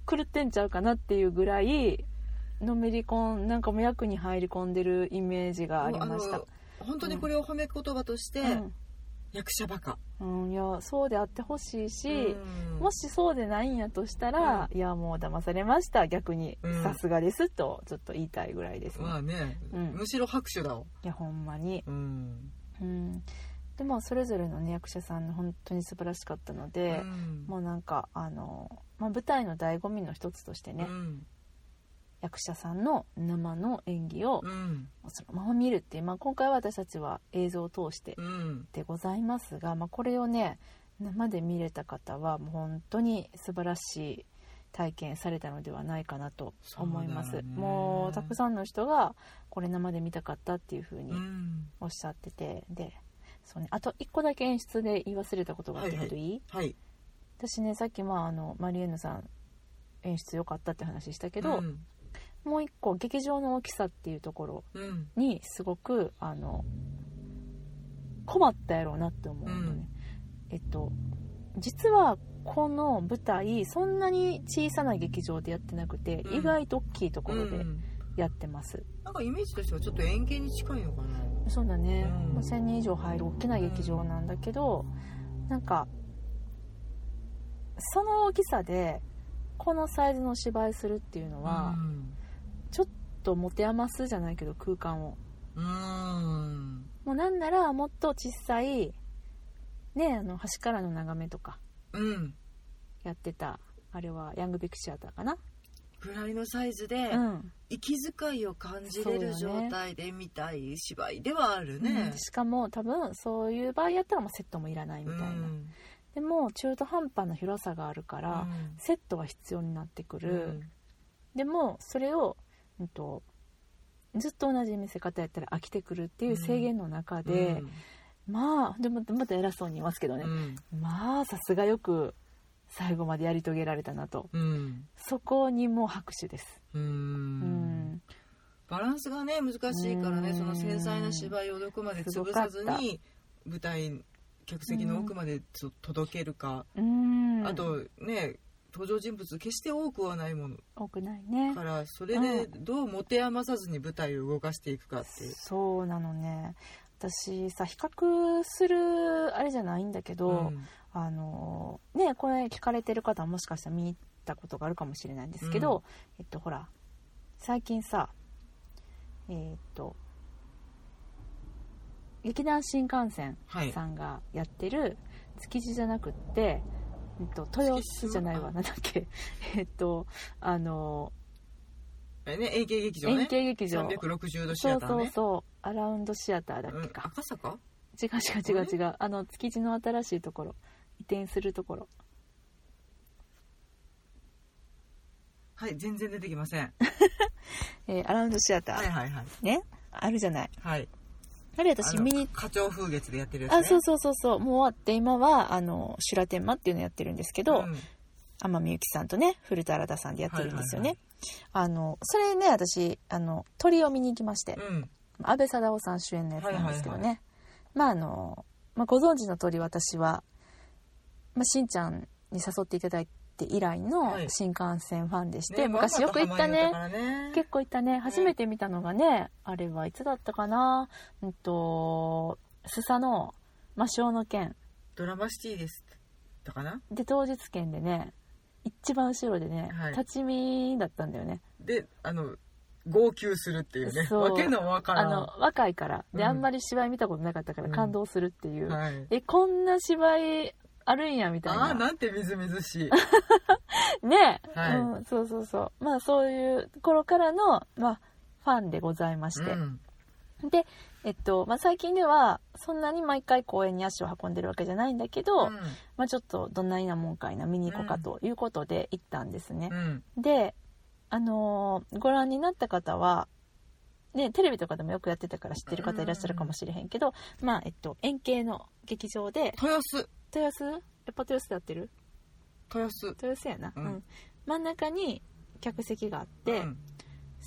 狂ってんちゃうかなっていうぐらいのめり込んなんかもう役に入り込んでるイメージがありました
もうあの本当にこれを褒め言葉として、役者バカ、
うん、うん、いやそうであってほしいし、
うん
もしそうでないんやとしたら、いやもう騙されました逆に
うん
さすがですとちょっと言いたいぐらいですね、
まあね、
うん
むしろ拍手だわ
いやほんまに
うん、
うんでもそれぞれの、ね、役者さんの本当に素晴らしかったので、
うん
もうなんかあの、まあ、舞台の醍醐味の一つとしてね、
うん
役者さんの生の演技を
うん
そのまま見るっていう、まあ、今回は私たちは映像を通して
うん
でございますが、まあ、これをね生で見れた方はもう本当に素晴らしい体験されたのではないかなと思います、
そうだね
もうたくさんの人がこれ生で見たかったっていうふうに
うん
おっしゃっててでそう、ね、あと1個だけ演出で言い忘れたことがあって
はいはい
けどいい
はい
私ねさっき、まあ、あのマリエンヌさん演出良かったって話したけど、
うん
もう1個劇場の大きさっていうところ
うん
にすごくあの困ったやろうなって思うのね、えっと実はこの舞台そんなに小さな劇場でやってなくて、
うん
意外と大きいところ
う
で
ん
やってます、
なんかイメージとしてはちょっと円形に近いのかな
そうだね、
うん
まあ1000人以上入る大きな劇場なんだけど、なんかその大きさでこのサイズの芝居するっていうのは、
うん
ちょっと持て余すじゃないけど空間を
うん
もうなんならもっと小さいねあの端からの眺めとか
うん
やってたあれはヤングビッグシアターかな、
ぐらいのサイズで
うん
息遣いを感じれる
そう
状
だね
態で見たい芝居ではあるね
うんしかも多分そういう場合やったらもうセットもいらないみたいな、
うん
でも中途半端な広さがあるから、
うん
セットは必要になってくる、
うん
でもそれを、うん、とずっと同じ見せ方やったら飽きてくるっていう制限の中で、まあでもまた偉そうに言いますけど
う
ね、
ん
まあさすがよく最後までやり遂げられたなと
うん
そこにもう拍手です。
う
うんん、
バランスがね難しいから
う
ね
ん
その繊細な芝居をどこまで潰さず
すごかっ
に舞台客席の奥までつ届けるか、
うん、
あとね登場人物決して多くはないもの
多くないね
からそれでどう持て余さずに舞台を動かしていくかっていう。
そうなのね私さ比較するあれじゃないんだけど、
うん
あのねこれ聞かれてる方はもしかしたら見に行ったことがあるかもしれないんですけど、
う
えっとほら最近さえーっと劇団新幹線
はい
さんがやってる築地じゃなくって、えっと、豊洲じゃないわなんだっけ えっとあの
あれね円形劇場
円
ね
形劇場、
360度シ
そ
ア
う
ター
そう
ね
そうアラウンドシアターだっ
う
け
ん
か、
赤坂
違う違う違う違うあの築地の新しいところ移転するところ
はい全然出てきま せん
えーアラウンドシアター、
はいはいはい
ねあるじゃない
はい
あれ
あ
私
の
見に
花鳥風月でやってるやつ、ね、
あそうそうそうそうもう終わって今はあの修羅天満っていうのやってるんですけど、
ん
天海祐希さんとね古田新太さんでやってるんですよね、
は
あのそれね私あの鳥を見に行きまして
うん
安倍貞夫さん主演のやつなんですけどね、
は
まああの、まあ、ご存知の通り私は、まあ、しんちゃんに誘っていただいて以来の
はい
新幹線ファンでして、
ね
昔よく行ったね
ママと浜にいたからね
結構行ったね初めて見たのがねあれはいつだったかなうんとスサの魔性の剣
ドラマシティですだかな
で当日券でね一番後ろでね、
はい
立ち見だったんだよね
であの号泣するっていうね
そう
わけのわか
あ
らん
の若いからで、
うん
あんまり芝居見たことなかったから
うん
感動するっていう、
はい、
えこんな芝居あるんやみたい
あ
な
あなんてみずみずしい
ねえ、
はい
うん、そうそうそうまあそういう頃からの、まあ、ファンでございま して、
うん
で、えっとまあ、最近ではそんなに毎回公園に足を運んでるわけじゃないんだけど、
うん
まあ、ちょっとどんなになもんかいな見に行こうかということで行ったんですね、
うん
で、あのーご覧になった方は、ね、テレビとかでもよくやってたから知ってる方いらっしゃるかもしれへんけど、まあえっと、円形の劇場で
豊洲
豊洲やっぱ豊洲でやってる
豊洲
豊洲やな、う
うんん
真ん中に客席があって、
うん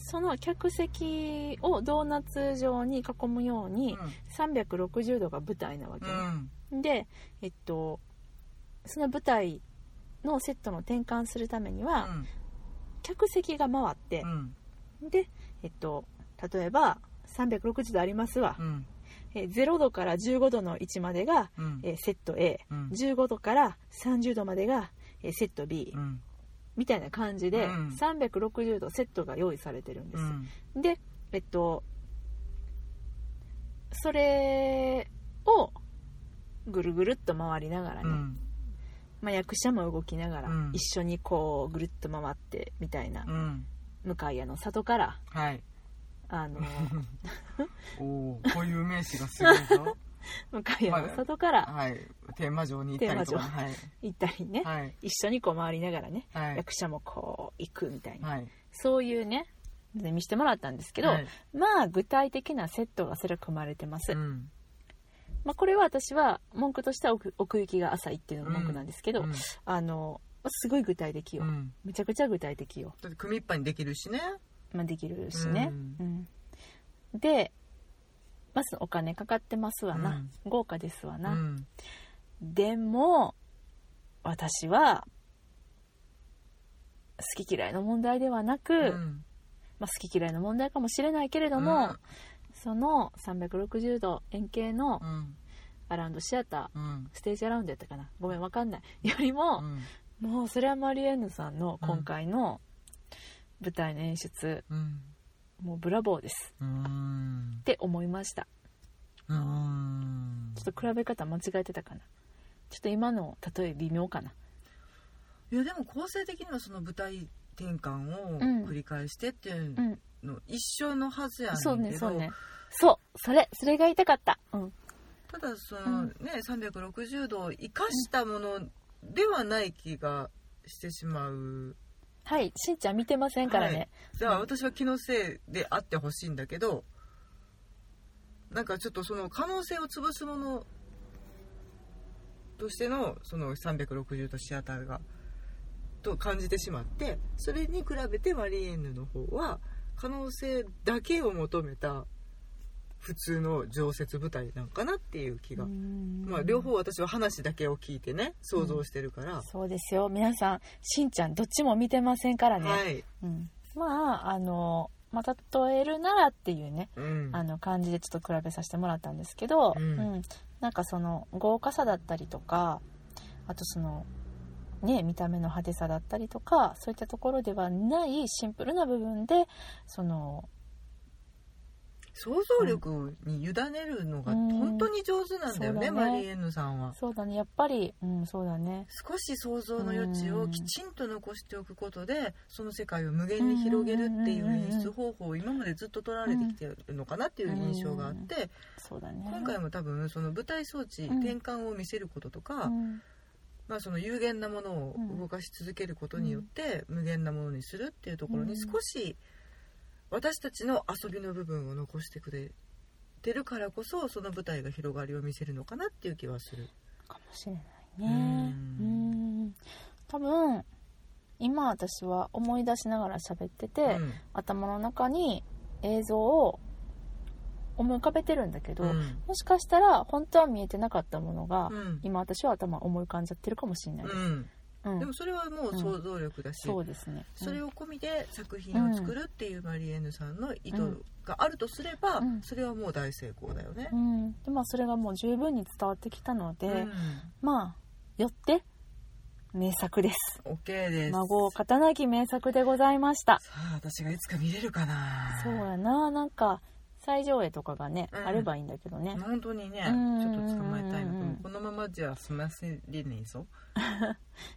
その客席をドーナツ状に囲むように360度が舞台なわけ
う
ね、
ん
で、えっと、その舞台のセットの転換するために
う
は、
ん
客席が回って
う、ん
で、えっと、例えば360度ありますわ、
うん
えー0度から15度の位置までが、
うん
えーセット A、
うん
15度から30度までが、えーセット B、
うん
みたいな感じで、
うん
360度セットが用意されてるんで
う
す、
ん
でえっとそれをぐるぐるっと回りながらね、
うん
まあ、役者も動きながら、
うん
一緒にこうぐるっと回ってみたいな、
うん
向かい屋の里から
はい
あ の
おおーこういう名詞がすごいぞ
向かい屋の里から
はい天魔城に行ったりとか
天
はい
行ったりね、
はい
一緒にこう回りながらね、
はい
役者もこう行くみたいな、
はい
そういうね見してもらったんですけど、
はい
まあ具体的なセットがそれ組まれてます、
うん
まあ、これは私は文句としては奥奥行きが浅いっていうのが文句なんですけど、
うん
あのすごい具体的よ、
うん
めちゃくちゃ具体的よ、
だって組みっぱにできるしね
まあ、できるしね、
う
うんでまずお金かかってますわな、豪華ですわ
う
な、
ん
でも私は好き嫌いの問題ではなく、
うん
まあ、好き嫌いの問題かもしれないけれども、その360度円形の
うん
アラウンドシアター、
うん
ステージアラウンドやったかなごめんわかんないよりも、もうそれはマリエンヌさんの今回の舞台の演出、
うん
もうブラボーです
うーん
って思いました
うーん
ちょっと比べ方間違えてたかなちょっと今の例え微妙かない
やでも構成的にはその舞台転換
う
を
ん
繰り返してっていう
うん
の一緒のはずやねんけど、
そうねそうねそうそれそれが言いたかったうん
ただそのね、360度を生かしたものではない気がしてしまう
はいしんちゃん見てませんから
はい
ね、
だから私は気のせいであってほしいんだけどなんかちょっとその可能性を潰すものとしてのその360度シアターがと感じてしまってそれに比べてマリーエンヌの方は可能性だけを求めた普通の常設舞台なんかなっていう気が、ま
ま
あ、両方私は話だけを聞いてね想像してるから、
そうですよ皆さんしんちゃんどっちも見てませんからね、
はい、
うん、まああのまた例えるならっていうね
うん、
あの感じでちょっと比べさせてもらったんですけど、
うん
なんかその豪華さだったりとかあとそのね見た目の派手さだったりとかそういったところではないシンプルな部分でその
想像力に委ねるのが本当に上手なんだよね,、
うんそうだね
マリーエンヌさんは
そうだねやっぱりうんそうだね
少し想像の余地をきちんと残しておくことでその世界を無限に広げるっていう演出方法を今までずっと取られてきてるのかなっていう印象があって
そうだね
今回も多分その舞台装置
うん
転換を見せることとか、
うん
まあ、その有限なものを動かし続けることによって無限なものにするっていうところ
うん
に少し私たちの遊びの部分を残してくれてるからこそその舞台が広がりを見せるのかなっていう気はする。
かもしれないね
う
うん
ん
多分今私は思い出しながら喋ってて、
うん
頭の中に映像を思い浮かべてるんだけど、
うん
もしかしたら本当は見えてなかったものが、
うん
今私は頭思い浮かんじゃってるかもしれないです、
うん
うん
でもそれはもう想像力だし、
そうですね
それを込みで作品を作るっていうマリエンヌさんの意図があるとすれば、
うん
それはもう大成功だよね
う。んでまあそれがもう十分に伝わってきたので、
うん、
まあよって名作です
オッケーです。
孫を刀なき名作でございました
さあ私がいつか見れるかな。
そうやななんか最上映とかがね、
うん
あればいいんだけどね、
本当にね、ち
うん
ょっと捕まえたいの。で
うん
もこのままじゃ済ませれねえぞ。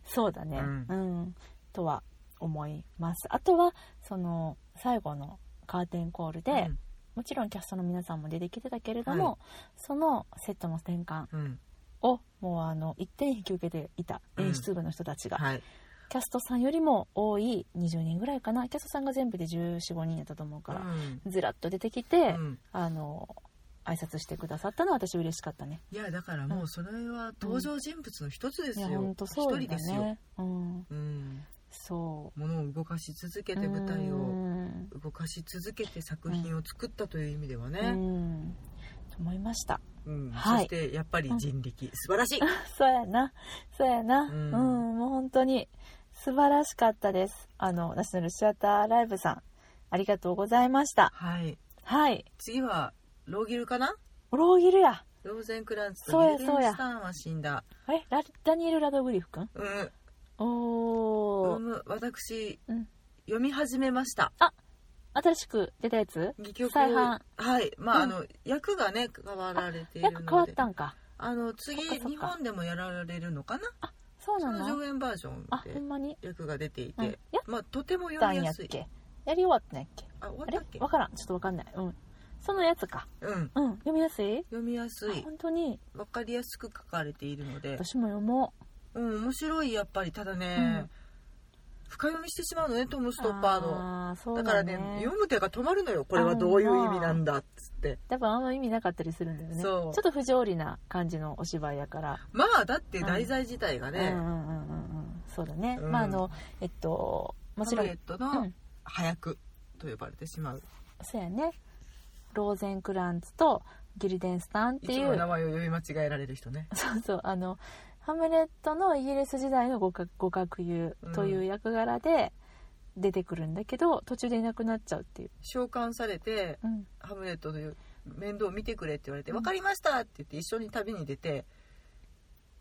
そうだね
うん
うん、とは思いますあとはその最後のカーテンコールで、もちろんキャストの皆さんも出てきてたけれども、
は
そのセットの転換
うん、うん、
をもうあの一点引き受けていた
うん
演出部の人たちが、
はい、
キャストさんよりも多い20人ぐらいかなキャストさんが全部で1415人やったと思うから、
うん
ずらっと出てきて、
うん
あの挨拶してくださったのは私嬉しかったね
いやだからもうそれは登場人物の一つで
い
す
や
よ。
本当そうだ
一人ですよ。
ねうん
うん、
そう
ものを動かし続けて舞台
う
を
ん
動かし続けて作品を作ったという意味ではね。
うんと思いました
うん
はい
そしてやっぱり人力、素晴らしい
そうやなそうやなう
う
んん、もう本当に素晴らしかったですあのナショナルシアターライブさんありがとうございました
はい
はい
次はローギルかな
ローギルや
ローゼンクランツ
そうや
とヒルデ
そ
ン
うや
スターンは死んだ
あれラダニエル・ラドグリフ君
うん
お
う
お、
む私、
うん
読み始めました
新しく出たやつ
戯曲
再販
はいまあ、
うん
あの役がね変わられているので
役変わったんか
あの次
そっかそっか
日本でもやられるのかな
そう
そ
な
の
の
上演バージョン
あほんまに
で役が出てい
うん
て、
やっ
まあとても
た
読
ん
み
や
や
っ
すい
けやり終わったんやっけ
あ終わ
あ
っ
れ
たっけ
わからんちょっとわかんないうんそのやつか
うん
うん読みやすい
読みやす
あ
い
本当に
わかりやすく書かれているので
私も読もう
うん面白いやっぱりただね、
うん
深読みしてしまうのねトム・ストッパーの
あーそう
だ
だ,、
からね読む手が止まるのよこれはどういう意味なんだっつって
多分あんま意味なかったりするんだよねち
そ
ょ
う
っと不条理な感じのお芝居やから、
まあだって題材自体が
うんう
ね、
んうんうんうんそうだね、
うん
まああのえっともちろん
ハムレット
う
の
ん
早くと呼ばれてしまう、
そうやねローゼンクランツとギルデンスタンって
いつ
い
も
う
名前を読み間違えられる人ね
そうそうあのハムレットのイギリス時代の互角互角友という役柄で出てくるんだけど、途中でいなくなっちゃうっていう、
召喚されて
うん、
ハムレットの面倒を見てくれって言われて「
うん
分かりました!」って言って一緒に旅に出て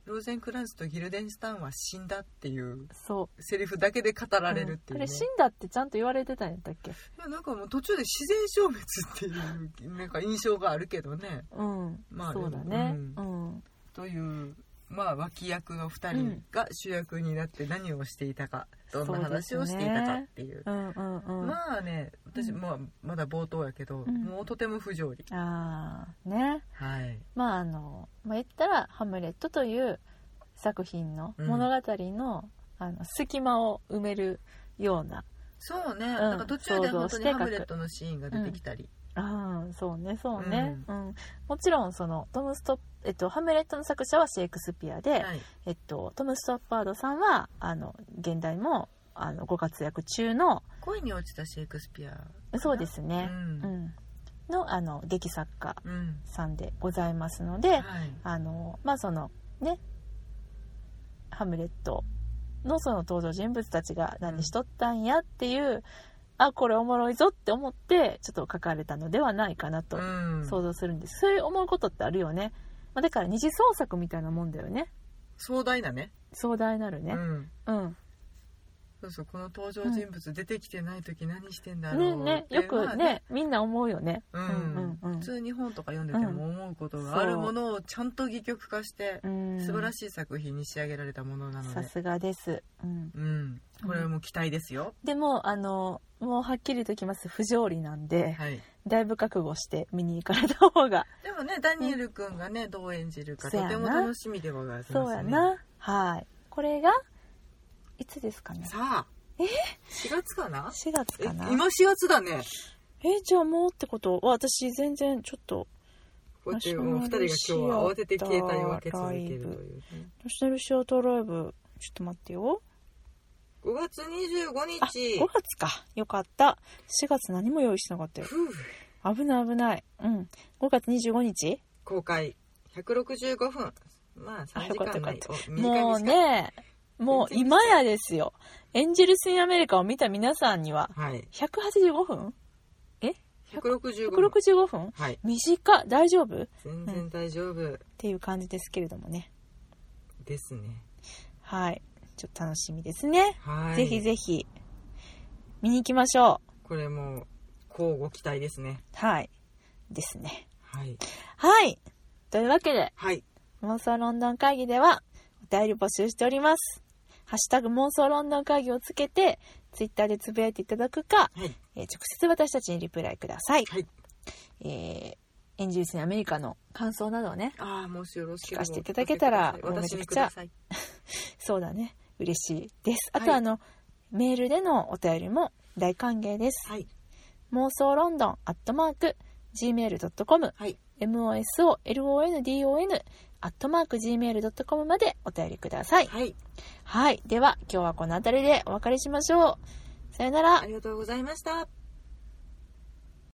ローゼンクランスとギルデンスタンは死んだっていう
そう
セリフだけで語られるってい
う
う、
んあれ
ね
死んだってちゃんと言われてたんやったっけ
いやなんかもう途中で自然消滅っていうなんか印象があるけどね
うん、
まあ
そうだね
う
うん、
というまあ脇役の2人が主役になって何をしていたか、どんな話をしていたかっていう
うんうんうん
まあね私、
うん
まあ、まだ冒頭やけど、
うん
もうとても不条理
ああね
はい
まああの、まあ、言ったら「ハムレット」という作品の
うん
物語の,、あの隙間を埋めるような
そうね、なんか途中で本当にハムレットのシーンが出てきたり、
ああそうねそうね、うんもちろんそのトムスト、えっと、ハムレットの作者はシェイクスピアで、
はい
えっと、トム・ストッパードさんはあの現代もあのご活躍中の
恋に落ちたシェイクスピアかな
そうです
う
ね、うん
ん
のあの劇作家
うん、
さんでございますので、
はい
あのまあそのねハムレットのその登場人物たちが何しとったんやっていう、あこれおもろいぞって思ってちょっと書かれたのではないかなと
うん、
想像するんです、そういう思うことってあるよね、まあ、だから二次創作みたいなもんだよね
壮大なね
壮大なる
う
ね
ん
うん、
そうそうこの登場人物出てきてない時何してんだろ
ね
う
ね
って
よく
まあ
ね,、みんな思うよね
う
うん
ん
うんうん
普通に本とか読んでても思うことがあるものをちゃんと戯曲化して
うん
素晴ら
し
しい作品に仕上げられたものなの
さ
です
がです、うん、
うんこれはもう期待ですよ
でもあのもうはっきりときます不条理なんで、
はい
だいぶ覚悟して見に行かれた方 が
でもねダニエル君がねどう演じる
そ
かと
やな
ても楽しみでございますね
そうやな、はいこれがいつですかね
さあ4月かな
4月
え
かな
今4月だね
えじゃあもうってことわ私全然ちょっと
こうやってもう2人が今日は慌てて携帯を開け続けるというね
ナショナルシアターライブちょっと待ってよ
5月25
あ
日
5月かよかった4月何も用意してなかったよ
ふう
危ない危ないうん5月25日
公開165分まあ
あ
3
よ
時
かった
間ない
よ
お短い
もうねもう今やですよエンジェルス・イン・アメリカを見た皆さんには
短いはい
185分
165分
165分
はい
短っ大丈夫っ
全然大丈夫
ていう感じですけれどもね
ですね
はいちょっと楽しみですね、
はい
ぜひぜひ見に行きましょう
これも交互期待ですね
はいですね
はい
はいというわけで
はい
妄想ロンドン会議ではお便り募集しております。ハッシュタグ妄想ロンドン会議をつけて、ツイッターでつぶやいていただくか、
はい
えー直接私たちにリプライください。
はい
えー、エンジュースにアメリカの感想などをね、
ああもしよろしければ
聞かせていただけたら
私にください
そうだね、嬉しいです。あ
は
と
い
あの、メールでのお便りも大歓迎です。
はい
妄想ロンドンアットマーク gmail.com
はい
mosolondon アットマーク gmail.com までお便りください。
はい
はい。では、今日はこの辺りでお別れしましょう。さよなら
あ。りがとうございました